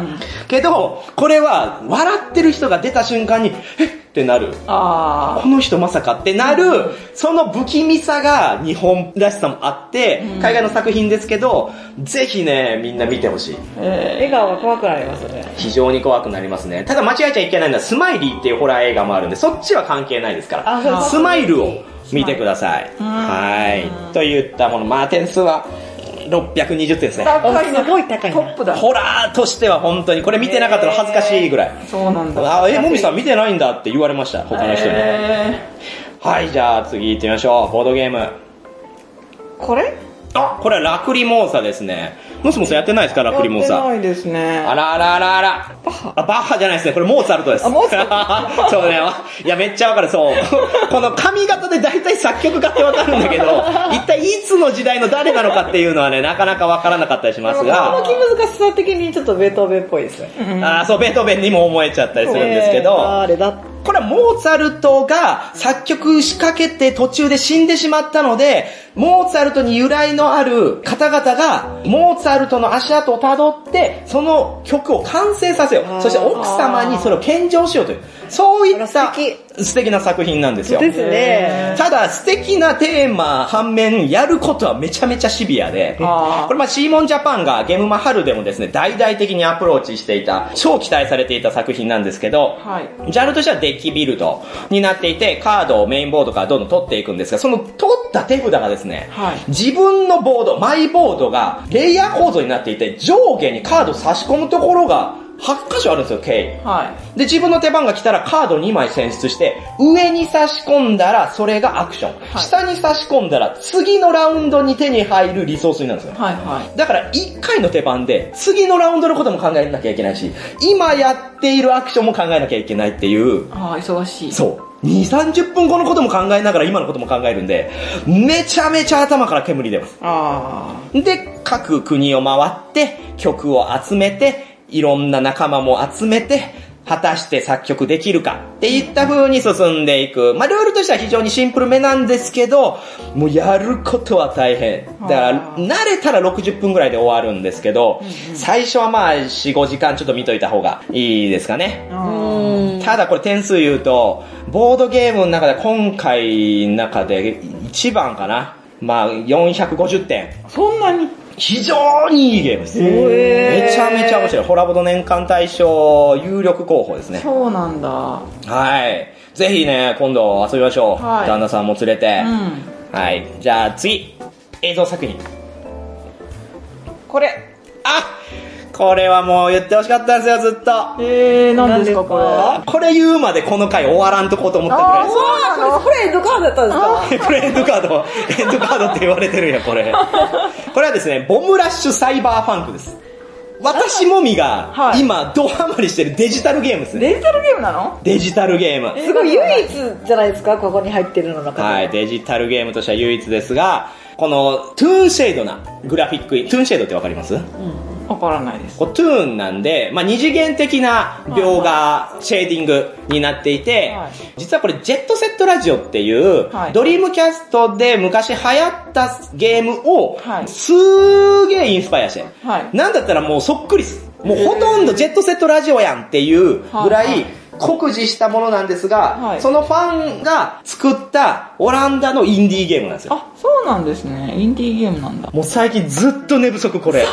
Speaker 2: けど、これは、笑ってる人が出た瞬間に、えっってなる。
Speaker 4: あ
Speaker 2: この人まさかってなる、その不気味さが日本らしさもあって、海外の作品ですけど、ぜひね、みんな見てほしい。
Speaker 4: ーえ
Speaker 3: 笑顔が怖くなりますね
Speaker 2: 非常に怖くなりますね。ただ間違えちゃいけないのは、スマイリーっていうホラー映画もあるんで、そっちは関係ないですか
Speaker 3: あそう
Speaker 2: ら、スマイルを見てください。
Speaker 4: マイル
Speaker 2: はい。といったもの、まあ点数は620点ですね。
Speaker 4: 高い
Speaker 3: す
Speaker 4: な
Speaker 3: ごい高いな
Speaker 4: トップだ
Speaker 2: ホラーとしては本当に、これ見てなかったら恥ずかしいぐらい。
Speaker 4: そうなんだ
Speaker 2: あ、え、もみさん見てないんだって言われました、他の人に。
Speaker 4: え
Speaker 2: はい、じゃあ次行ってみましょう。ボードゲーム。
Speaker 4: ーこれ
Speaker 2: あ、これはラクリモーサですね。もスもスやってないですか、ラクリモー
Speaker 4: やって
Speaker 2: サ。
Speaker 4: ないですね
Speaker 2: あらあらあらあら。バッハ。あ、バッハじゃないですね。これモーツァルトです。
Speaker 4: あモーツァ
Speaker 2: ルト そうね。いや、めっちゃわかる。そう。この髪型で大体作曲家ってわかるんだけど、 一体いつの時代の誰なのかっていうのはね、なかなかわからなかったりしますが。
Speaker 3: この気難しさ的にちょっとベートーベンっぽいですね
Speaker 4: うん
Speaker 2: あーそう、ベートーベンにも思えちゃったりするんですけど。
Speaker 3: ねえあれだっ
Speaker 2: これはモーツァルトが作曲しかけて途中で死んでしまったので、モーツァルトに由来のある方々が、モーツァルトの足跡をたどって、その曲を完成させよ
Speaker 3: あー
Speaker 2: う。そして奥様にそれを献上しようという。そういっ
Speaker 3: あら
Speaker 2: た
Speaker 3: 素敵
Speaker 2: 素敵な作品なんですよ。
Speaker 3: ですね。
Speaker 2: ただ、素敵なテーマ、反面、やることはめちゃめちゃシビアで、
Speaker 4: あー
Speaker 2: これまあ、シーモンジャパンがゲームマ春でもですね、大々的にアプローチしていた、超期待されていた作品なんですけど、
Speaker 4: はい
Speaker 2: ジャンルとしてはデッキビルドになっていて、カードをメインボードからどんどん取っていくんですが、その取った手札がですね、
Speaker 4: はい
Speaker 2: 自分のボード、マイボードがレイヤー構造になっていて、上下にカードを差し込むところが8箇所あるんですよ、計。
Speaker 4: はい
Speaker 2: で、自分の手番が来たらカード2枚選出して、上に差し込んだらそれがアクション。
Speaker 4: い
Speaker 2: 下に差し込んだら次のラウンドに手に入るリソースになるんですよ。
Speaker 4: はいはい
Speaker 2: だから1回の手番で次のラウンドのことも考えなきゃいけないし、今やっているアクションも考えなきゃいけないっていう、
Speaker 4: ああ忙しい
Speaker 2: そう。2、30分後のことも考えながら今のことも考えるんで、めちゃめちゃ頭から煙出ます。
Speaker 4: あ
Speaker 2: で、各国を回って、曲を集めて、いろんな仲間も集めて、果たして作曲できるかっていった風に進んでいく。まあ、ルールとしては非常にシンプルめなんですけど、もうやることは大変。だか
Speaker 4: あ
Speaker 2: ら、
Speaker 4: ー
Speaker 2: 慣れたら60分ぐらいで終わるんですけど、最初はまあ、4、5時間ちょっと見といた方がいいですかね。
Speaker 4: ーあ
Speaker 2: ただこれ点数言うと、ボードゲームの中で今回の中で1番かな。まあ、450点。
Speaker 4: ーそんなに
Speaker 2: 非常にいいゲームです。
Speaker 3: へー
Speaker 2: めちゃめちゃ面白い。ホラボド年間大賞有力候補ですね。
Speaker 4: そうなんだは
Speaker 2: はい。ぜひね、今度遊びましょう。
Speaker 4: はい
Speaker 2: 旦那さんも連れて。
Speaker 4: う
Speaker 2: はい。じゃあ次、映像作品。
Speaker 4: これ
Speaker 2: あこれはもう言ってほしかったんですよ、ずっと。
Speaker 4: えー、何
Speaker 3: 何で
Speaker 4: ですか
Speaker 3: すか
Speaker 4: これあ
Speaker 2: これ言うまでこの回終わらんとこうと思ったぐらい
Speaker 4: あ
Speaker 2: です。
Speaker 4: そうなの
Speaker 3: これエンドカードだったんですか
Speaker 2: これエンドカード、エンドカードって言われてるんや、これ。これはですね、ボムラッシュサイバーファンクです。私もみが
Speaker 4: は、い
Speaker 2: 今、ドハマりしてるデジタルゲームですね。
Speaker 4: デジタルゲームなの
Speaker 2: デジタルゲーム。
Speaker 3: すごい唯一じゃないですかここに入ってるの中で。
Speaker 2: はい、デジタルゲームとしては唯一ですが、この、トゥーンシェードなグラフィック、トゥーンシェードってわかります
Speaker 4: わからないです
Speaker 2: こうトゥーンなんで、まあ、二次元的な描画、シェーディングになっていて、
Speaker 4: はい
Speaker 2: 実はこれジェットセットラジオっていう、
Speaker 4: はい
Speaker 2: ドリームキャストで昔流行ったゲームを、
Speaker 4: はい
Speaker 2: すーげーインスパイアして、
Speaker 4: はい
Speaker 2: なんだったらもうそっくりっす。もうほとんどジェットセットラジオやんっていうぐら
Speaker 4: はいい、
Speaker 2: 酷似したものなんですが、
Speaker 4: はい
Speaker 2: そのファンが作ったオランダのインディーゲームなんですよ。
Speaker 4: あそうなんですねインディーゲームなんだ
Speaker 2: もう最近ずっと寝不足これ。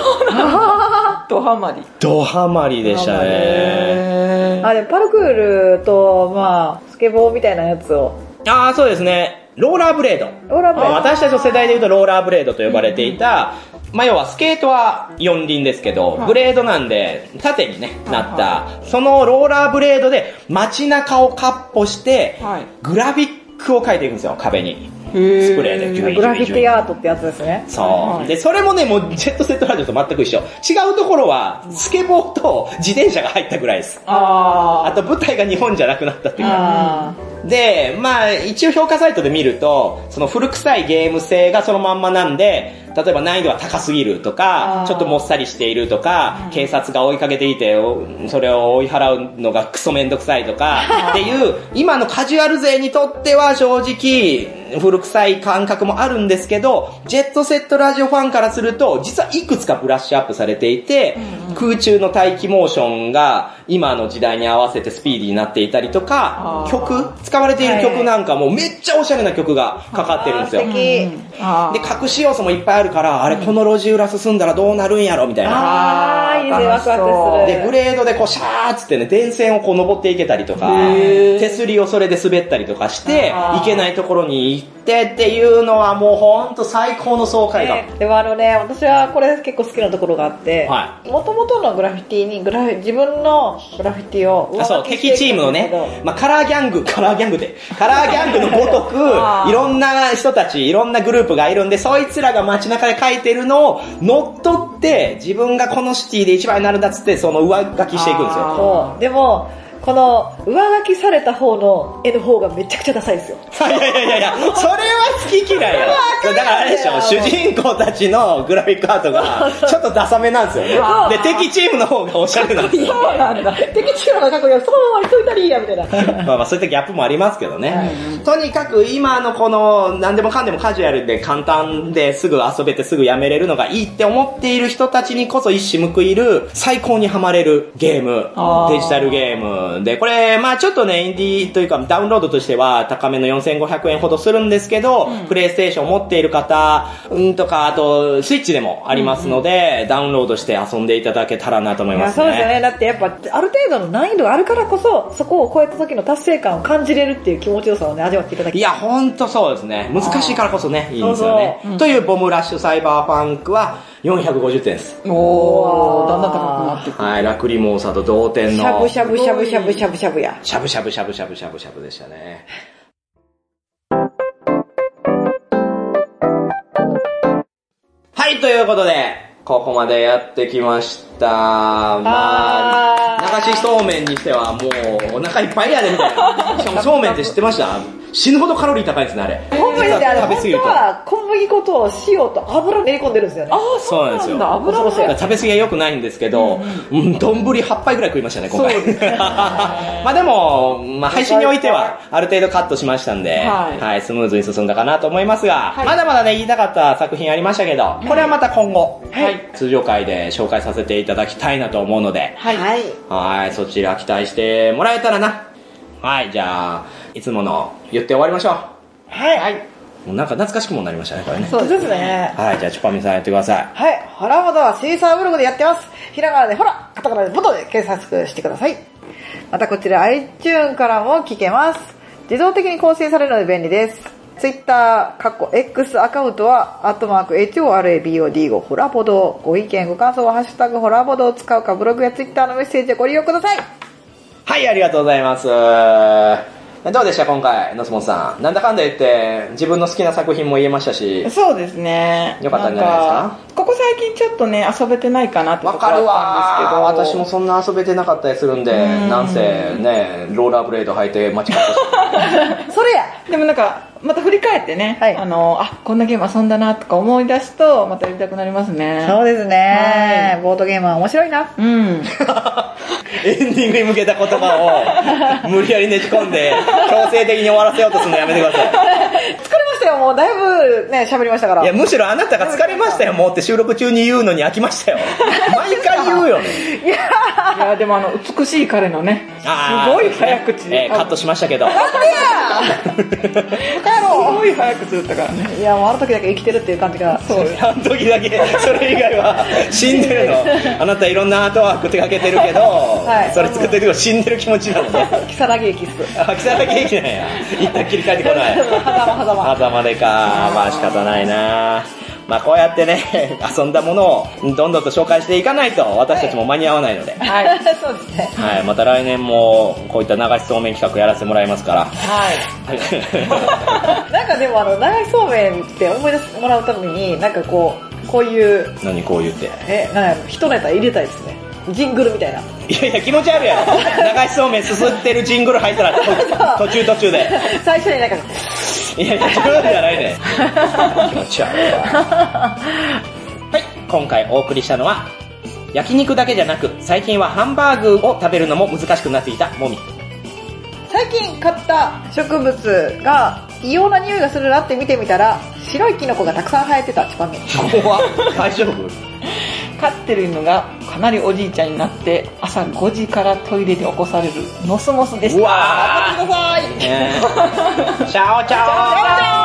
Speaker 4: ドハマり
Speaker 2: ドハマりでしたね。
Speaker 4: へー
Speaker 3: あれ、パルクールと、まあ、スケボーみたいなやつを。
Speaker 2: ああ、そうですね。ローラーブレード。
Speaker 3: ローラーブレ
Speaker 2: ま
Speaker 3: ード
Speaker 2: あ私たちの世代で言うとローラーブレードと呼ばれていた、まあ要はスケートは四輪ですけど、
Speaker 4: はい
Speaker 2: ブレードなんで縦にね、
Speaker 4: い
Speaker 2: なった、そのローラーブレードで街中をカッポして
Speaker 4: はい、
Speaker 2: グラフィックを描いていくんですよ、壁に。
Speaker 4: へ
Speaker 2: スプレーでキュイ
Speaker 4: ー
Speaker 2: ー
Speaker 3: グラフィックアートってやつですね。
Speaker 2: そ
Speaker 4: は
Speaker 2: う。
Speaker 4: い
Speaker 2: で、それもね、もうジェットセットラジオと全く一緒。違うところは、スケボーと自転車が入ったぐらいです。
Speaker 4: あー
Speaker 2: あと舞台が日本じゃなくなったっていうか。
Speaker 3: あ
Speaker 2: で、まあ、一応評価サイトで見ると、その古臭いゲーム性がそのまんまなんで、例えば難易度は高すぎるとか
Speaker 3: あ、ー
Speaker 2: ちょっともっさりしているとか、警察が追いかけていて、おそれを追い払うのがクソめんどくさいとか、っていう、今のカジュアル勢にとっては正直、古臭い感覚もあるんですけど、ジェットセットラジオファンからすると、実はいくつかブラッシュアップされていて、空中の待機モーションが今の時代に合わせてスピーディーになっていたりとか
Speaker 4: あ、ー
Speaker 2: 曲使われている曲なんかもめっちゃおしゃれな曲がかかってるんですよ。
Speaker 3: あー素
Speaker 2: で、
Speaker 3: 敵
Speaker 4: あー
Speaker 2: 隠し要素もいっぱいあるから、あれこの路地裏進んだらどうなるんやろみたいな。
Speaker 3: あーいいねワクワクする
Speaker 2: で、グレードでこうシャーっつってね、電線をこう登っていけたりとか、
Speaker 4: へー
Speaker 2: 手すりをそれで滑ったりとかして、
Speaker 4: あー
Speaker 2: いけないところに行ってっていうのはもうほんと最高の爽快感。
Speaker 3: ねでもあのね、私はこれ結構好きなところがあって、
Speaker 2: は
Speaker 3: もともとのグラフィティにグラフィ、自分のグラフィティを上
Speaker 2: あそう、
Speaker 3: 書きしてい
Speaker 2: 敵
Speaker 3: く
Speaker 2: チームの
Speaker 3: んですけど
Speaker 2: ね、まあ、カラーギャング、 カラーギャングで、カラーギャングのごとく
Speaker 4: あ、ー
Speaker 2: いろんな人たち、いろんなグループがいるんで、そいつらが街中で書いてるのを乗っ取って、自分がこのシティで一番になるんだっつって、その上書きしていくんですよ。
Speaker 4: あ
Speaker 3: そう。でも、この上書きされた方の絵の方がめちゃくちゃダサいですよ
Speaker 2: いやいやいやいや、それは好き嫌いよ。だからあれでしょ、主人公たちのグラフィックアートが、ちょっとダサめなんですよね
Speaker 4: わ。
Speaker 2: で、敵チームの方がオシャレなんですよ。
Speaker 4: そうなんだ。
Speaker 3: 敵チームがかっこいいよそのまま置いといたらいいやみたいな
Speaker 2: まあまあそういったギャップもありますけどね。
Speaker 4: は
Speaker 2: とにかく今のこの何でもかんでもカジュアルで簡単ですぐ遊べてすぐやめれるのがいいって思っている人たちにこそ一矢報いる最高にハマれるゲーム
Speaker 4: あ。ー
Speaker 2: デジタルゲームで、これまあちょっとね、インディーというかダウンロードとしては高めの4500円ほどするんですけど、プレイステーション持っている方、うんとか、あとスイッチでもありますので、ダウンロードして遊んでいただけたらなと思い
Speaker 3: い
Speaker 2: ま
Speaker 3: や
Speaker 2: すね。
Speaker 3: そうですよねだってやっぱある程度の難易度があるからこそそこを超えた時の達成感を感じれるっていう気持ちよさをね味わっていただ
Speaker 2: い
Speaker 3: き
Speaker 2: や、ほんとそうですね。難しいからこそね、いいんですよね
Speaker 3: そう。
Speaker 2: というボムラッシュサイバーファンクは450点です。
Speaker 4: おー、だんだん高くなってくる。
Speaker 2: はい、ラクリモーサと同点
Speaker 3: し
Speaker 2: の。
Speaker 3: ゃぶしゃぶしゃぶしゃぶしゃぶしゃぶや
Speaker 2: しゃぶしゃぶしゃぶしゃぶしゃぶしゃぶでしたね。はい、ということで、ここまでやってきました。まあ、流しそうめんにしてはもうお腹いっぱいやでみたいな。しかもそうめんって知ってました死ぬほどカロリー高いですね、あれ。
Speaker 3: ほんまにねあ
Speaker 2: 実は
Speaker 3: の
Speaker 2: 食べ
Speaker 3: 本
Speaker 2: 過ぎ
Speaker 3: 当
Speaker 2: ると。
Speaker 3: は小麦粉と塩と油練り込んでるんですよね
Speaker 4: あー、そう
Speaker 2: そうなん
Speaker 4: なん
Speaker 2: ですよ
Speaker 4: だ。油の
Speaker 3: そうそう
Speaker 2: 食べ過ぎは良くないんですけど、うん、丼8杯ぐらい食いましたね、今回。 まあでも、まあ配信においては、ある程度カットしましたんで、は、
Speaker 4: はいい
Speaker 2: スムーズに進んだかなと思いますが、
Speaker 4: はい
Speaker 2: まだまだね、言いたかった作品ありましたけど、これはまた今後、
Speaker 4: はい
Speaker 2: 通常回で紹介させていただきたいなと思うので、
Speaker 4: はい。
Speaker 3: はい
Speaker 2: はい、そちら期待してもらえたらな。はい、じゃあ、いつもの言って終わりましょ。
Speaker 3: はい
Speaker 2: もうなんか懐かしくもなりましたね、これね。
Speaker 3: そうですね
Speaker 2: はい、じゃあ、チュパミさんやってください。
Speaker 3: はい、ホラボドはシーサーブログでやってます。ひらがなでほら、カタカナでボトで検索してください。またこちら iTune からも聞けます。自動的に更新されるので便利です。Twitter、かっこ X アカウントは、アットマーク HORABOD5 ホラボド。ご意見、ご感想は、ハッシュタグホラボドを使うか、ブログや Twitter のメッセージでご利用ください。
Speaker 2: はい、ありがとうございます。どうでした今回、のすもんさん。なんだかんだ言って、自分の好きな作品も言えましたし、
Speaker 4: そうですね。
Speaker 2: よかったんじゃないですか
Speaker 4: んここ最近ちょっとね、遊べてないかなってと
Speaker 2: わ
Speaker 4: こ
Speaker 2: かる
Speaker 4: あ
Speaker 2: わ
Speaker 4: っ
Speaker 2: ー
Speaker 4: たんで
Speaker 2: 私
Speaker 4: すけど。
Speaker 2: もそんな遊べてなかったりするんで、
Speaker 4: うん
Speaker 2: なんせね、ローラーブレード履いて待ちか
Speaker 3: それや
Speaker 4: でもなんか、また振り返ってね、
Speaker 3: はい
Speaker 4: あの、あ、こんなゲーム遊んだなとか思い出すと、またやりたくなりますね。
Speaker 3: そうですね、
Speaker 4: は
Speaker 3: ボードゲームは面白い な。
Speaker 4: うん。
Speaker 2: エンディングに向けた言葉を、無理やりねじ込んで、強制的に終わらせようとするのやめてくだ さ
Speaker 3: 疲れましたよ、もうだいぶね、喋りましたから。
Speaker 2: い。いや、むしろあなたが疲れましたよ、もうって収録中に言うのに飽きましたよ。毎回言うよね。
Speaker 4: いや、でもあの、美しい彼のね、す
Speaker 2: あー
Speaker 4: ごい早口
Speaker 2: えーカットしましたけど。
Speaker 4: すごい早口だったからね。
Speaker 3: いや、もうあの時だけ生きてるっていう感じが。
Speaker 4: そう
Speaker 2: あの時だけ、それ以外は死んでるの。あなたいろんなアートワーク手掛けてるけど、
Speaker 3: い
Speaker 2: それ作ってるけど死んでる気持ちなのね。
Speaker 3: 木更木駅っす。
Speaker 2: あ、木更木駅なんや。一旦切り替えてこない。
Speaker 3: 狭間狭
Speaker 2: 狭間でか。まあ仕方ないな。まあこうやってね、 遊んだものをどんどんと紹介していかないと私たちも間に合わないので。
Speaker 4: はい。は
Speaker 3: 間。
Speaker 4: い。
Speaker 3: そうですね。
Speaker 2: はい、また来年もこういった流しそうめん企画やらせてもらいますから。
Speaker 3: なんかでもあの、長いそうめんって思い出してもらうために、なんかこう、こういう、
Speaker 2: 何こう言って。
Speaker 3: え、なんやろ、一ネタ入れたいですね。ジングルみたいな。
Speaker 2: いやいや、気持ち悪いやろ。流しそうめんすすってるジングル入ったら、と途中途中で。
Speaker 3: 最初になんか、
Speaker 2: いやいや、自分じゃない ね。気持ち悪いわ。はい、今回お送りしたのは、焼肉だけじゃなく、最近はハンバーグを食べるのも難しくなっていたもみ。
Speaker 3: 最近買った植物が異様な匂いがするなって見てみたら、白いキノコがたくさん生えてた、チュパミ。
Speaker 2: 怖大丈夫
Speaker 4: 飼ってるのがかなりおじいちゃんになって、朝5時からトイレで起こされるノスモスでした。
Speaker 2: うわ
Speaker 4: 頑張ってください。
Speaker 2: ねえチャオチャオ